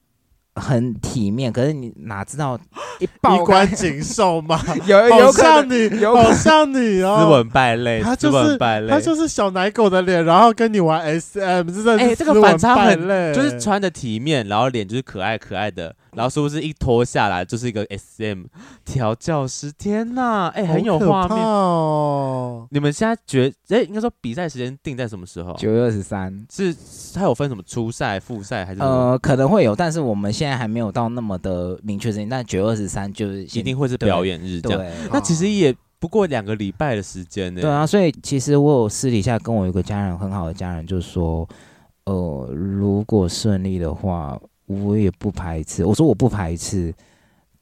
Speaker 4: 很体面，可是你哪知道一
Speaker 1: 衣
Speaker 4: 爆
Speaker 1: 冠
Speaker 4: 肝，
Speaker 1: 锦兽 吗？
Speaker 2: 呃
Speaker 4: 有
Speaker 1: 好
Speaker 4: 有可
Speaker 1: 像
Speaker 4: 能，
Speaker 1: 你，
Speaker 4: 有可
Speaker 1: 好像你
Speaker 2: 斯
Speaker 1: 哦。
Speaker 2: 文败类，
Speaker 1: 他
Speaker 2: 斯
Speaker 1: 就是
Speaker 2: 文败类
Speaker 1: 他，就是小奶狗的脸，然后跟你玩 SM，真的是
Speaker 2: 哎这个
Speaker 1: 斯文
Speaker 2: 反差
Speaker 1: 败
Speaker 2: 很
Speaker 1: 类
Speaker 4: 呃
Speaker 2: 就是穿的体面，然后脸就是可爱可爱的，然后是不是一脱下来就是一个 S M 调教师？天呐，哎、很有
Speaker 1: 好可
Speaker 2: 画
Speaker 1: 怕
Speaker 2: 面。
Speaker 1: 哦。
Speaker 2: 你们现在觉哎、应该说比赛时间定在什么时候？啊
Speaker 4: 九月二十三，
Speaker 2: 是它有分什么初赛、复赛还是什么？
Speaker 4: 呃，可能会有，但是我们现在还没有到那么的明确时间，但九月二十三就是
Speaker 2: 一
Speaker 4: 先
Speaker 2: 定会是表演日这样。
Speaker 4: 对。
Speaker 2: 那其实也不过两个礼拜的时间呢、
Speaker 4: 对啊，所以其实我有私底下跟我有一个家人很好的家人，就说，呃，如果顺利的话，我也不排斥。我说我不排斥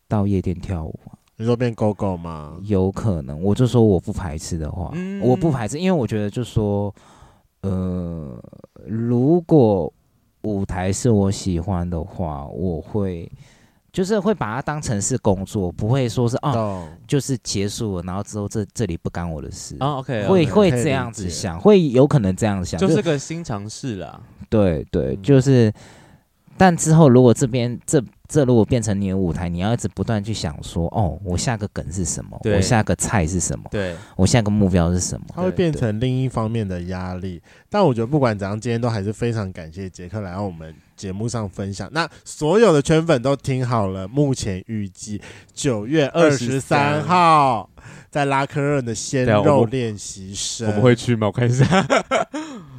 Speaker 4: 到夜店跳舞，啊
Speaker 1: 你说变狗狗吗？
Speaker 4: 有可能。我就说我不排斥的话，
Speaker 2: 嗯
Speaker 4: 我不排斥，因为我觉得就说，呃，如果舞台是我喜欢的话，我会就是会把它当成是工作，不会说
Speaker 2: 啊
Speaker 4: 是哦，
Speaker 1: 懂
Speaker 4: 就是结束了，然后之后这这里不干我的事
Speaker 2: 啊，OK，
Speaker 4: 会
Speaker 1: OK，
Speaker 4: 会
Speaker 1: 可以
Speaker 4: 这
Speaker 1: 理
Speaker 4: 样子
Speaker 1: 解
Speaker 4: 想，会有可能这样想，
Speaker 2: 就
Speaker 4: 就是
Speaker 2: 个新尝试啦。
Speaker 4: 对对，
Speaker 2: 嗯
Speaker 4: 就是。但之后如果这边这这如果变成你的舞台，你要一直不断去想说，哦，我下个梗是什么，
Speaker 2: 对
Speaker 4: 我下个菜是什么，
Speaker 2: 对，
Speaker 4: 我下个目标是什么。
Speaker 1: 它会
Speaker 2: 对
Speaker 1: 变成另一方面的压力。但我觉得不管怎样，今天都还是非常感谢杰克来到我们节目上分享。那所有的圈粉都听好了，目前预计九月二十三号在拉科任的鲜
Speaker 2: 对啊我
Speaker 1: 肉
Speaker 2: 们
Speaker 1: 练习生，
Speaker 2: 我们会去吗？我看一 下，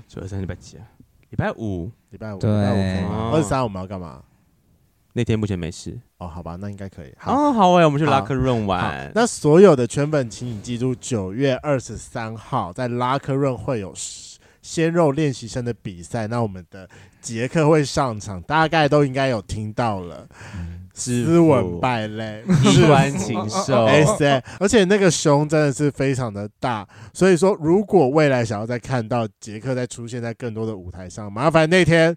Speaker 2: 九月三礼拜几啊？礼拜五
Speaker 1: 礼拜五，礼
Speaker 4: 对
Speaker 1: 拜五可以吗？
Speaker 2: 哦
Speaker 1: 二十三我们要干嘛？
Speaker 2: 那天目前没事。
Speaker 1: 哦，好吧，那应该可以。好。
Speaker 2: 哦，好哎、我们去
Speaker 1: 好
Speaker 2: 拉克润
Speaker 1: 好
Speaker 2: 玩。
Speaker 1: 那所有的圈粉，请你记住，九月二十三号在拉科润会有鲜肉练习生的比赛，那我们的杰克会上场，大概都应该有听到了。斯文败类，
Speaker 2: 衣冠禽 兽。
Speaker 1: 哎塞！而且那个胸真的是非常的大，所以说如果未来想要再看到杰克再出现在更多的舞台上，麻烦那天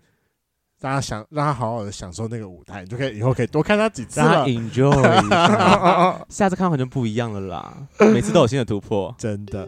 Speaker 1: 大家想让他好好的享受那个舞台，你就可以以后可以多看他几次
Speaker 2: 让他
Speaker 1: 了。
Speaker 2: enjoy 一下，下次看到可能不一样了啦。每次都有新的突破。
Speaker 1: 真的。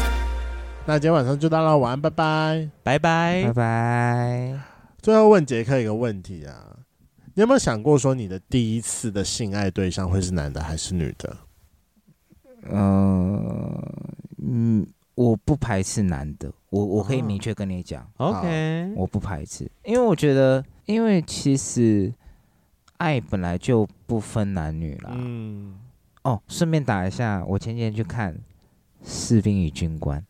Speaker 1: 那今天晚上就到了，晚安，拜拜。
Speaker 2: 拜拜
Speaker 4: 拜。拜。
Speaker 1: 最后问杰克一个问题啊，你有没有想过说你的第一次的性爱对象会是男的还是女的？
Speaker 4: 嗯嗯，我不排斥男的，我我可以
Speaker 2: 啊
Speaker 4: 明确跟你讲，
Speaker 1: 嗯
Speaker 2: OK，
Speaker 4: 我不排斥，因为我觉得，因为其实爱本来就不分男女啦。
Speaker 1: 嗯，
Speaker 4: 哦，顺便打一下，我前几天去看《士兵与军官》，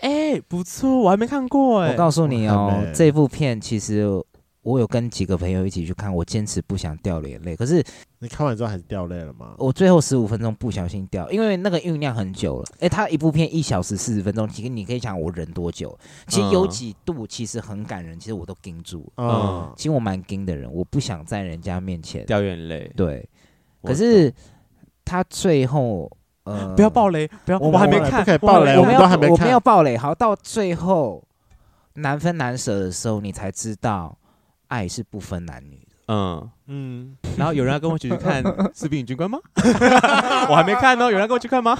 Speaker 2: 哎，不错，我还没看过哎
Speaker 4: 我。告诉你
Speaker 1: 我
Speaker 4: 哦
Speaker 1: 看没，
Speaker 4: 这部片其实我有跟几个朋友一起去看，我坚持不想掉眼泪，可是
Speaker 1: 你看完之后还是掉泪了吗？
Speaker 4: 我最后十五分钟不小心掉，因为那个酝酿很久了。诶，它一部片一小时四十分钟，其实你可以想我忍多久？其实有
Speaker 2: 嗯
Speaker 4: 几度其实很感人，其实我都盯住了。
Speaker 1: 嗯，
Speaker 4: 其实我蛮盯的人，我不想在人家面前
Speaker 2: 掉眼泪，
Speaker 4: 对，
Speaker 2: 我
Speaker 4: 可是他最后呃，
Speaker 2: 不要暴雷，不要，
Speaker 1: 我
Speaker 2: 我还没
Speaker 1: 我
Speaker 2: 看，
Speaker 1: 不可以
Speaker 2: 我还
Speaker 1: 暴雷
Speaker 2: 我
Speaker 4: 我
Speaker 1: 们
Speaker 2: 没
Speaker 4: 没有，
Speaker 1: 都还没
Speaker 4: 我
Speaker 1: 看
Speaker 4: 没有暴雷。好，到最后难分难舍的时候，你才知道爱是不分男女的。
Speaker 2: 嗯。
Speaker 1: 嗯，
Speaker 2: 然后有人 要跟我一起去看《士兵与军官》吗？我还没看哦，有人要跟我去看吗？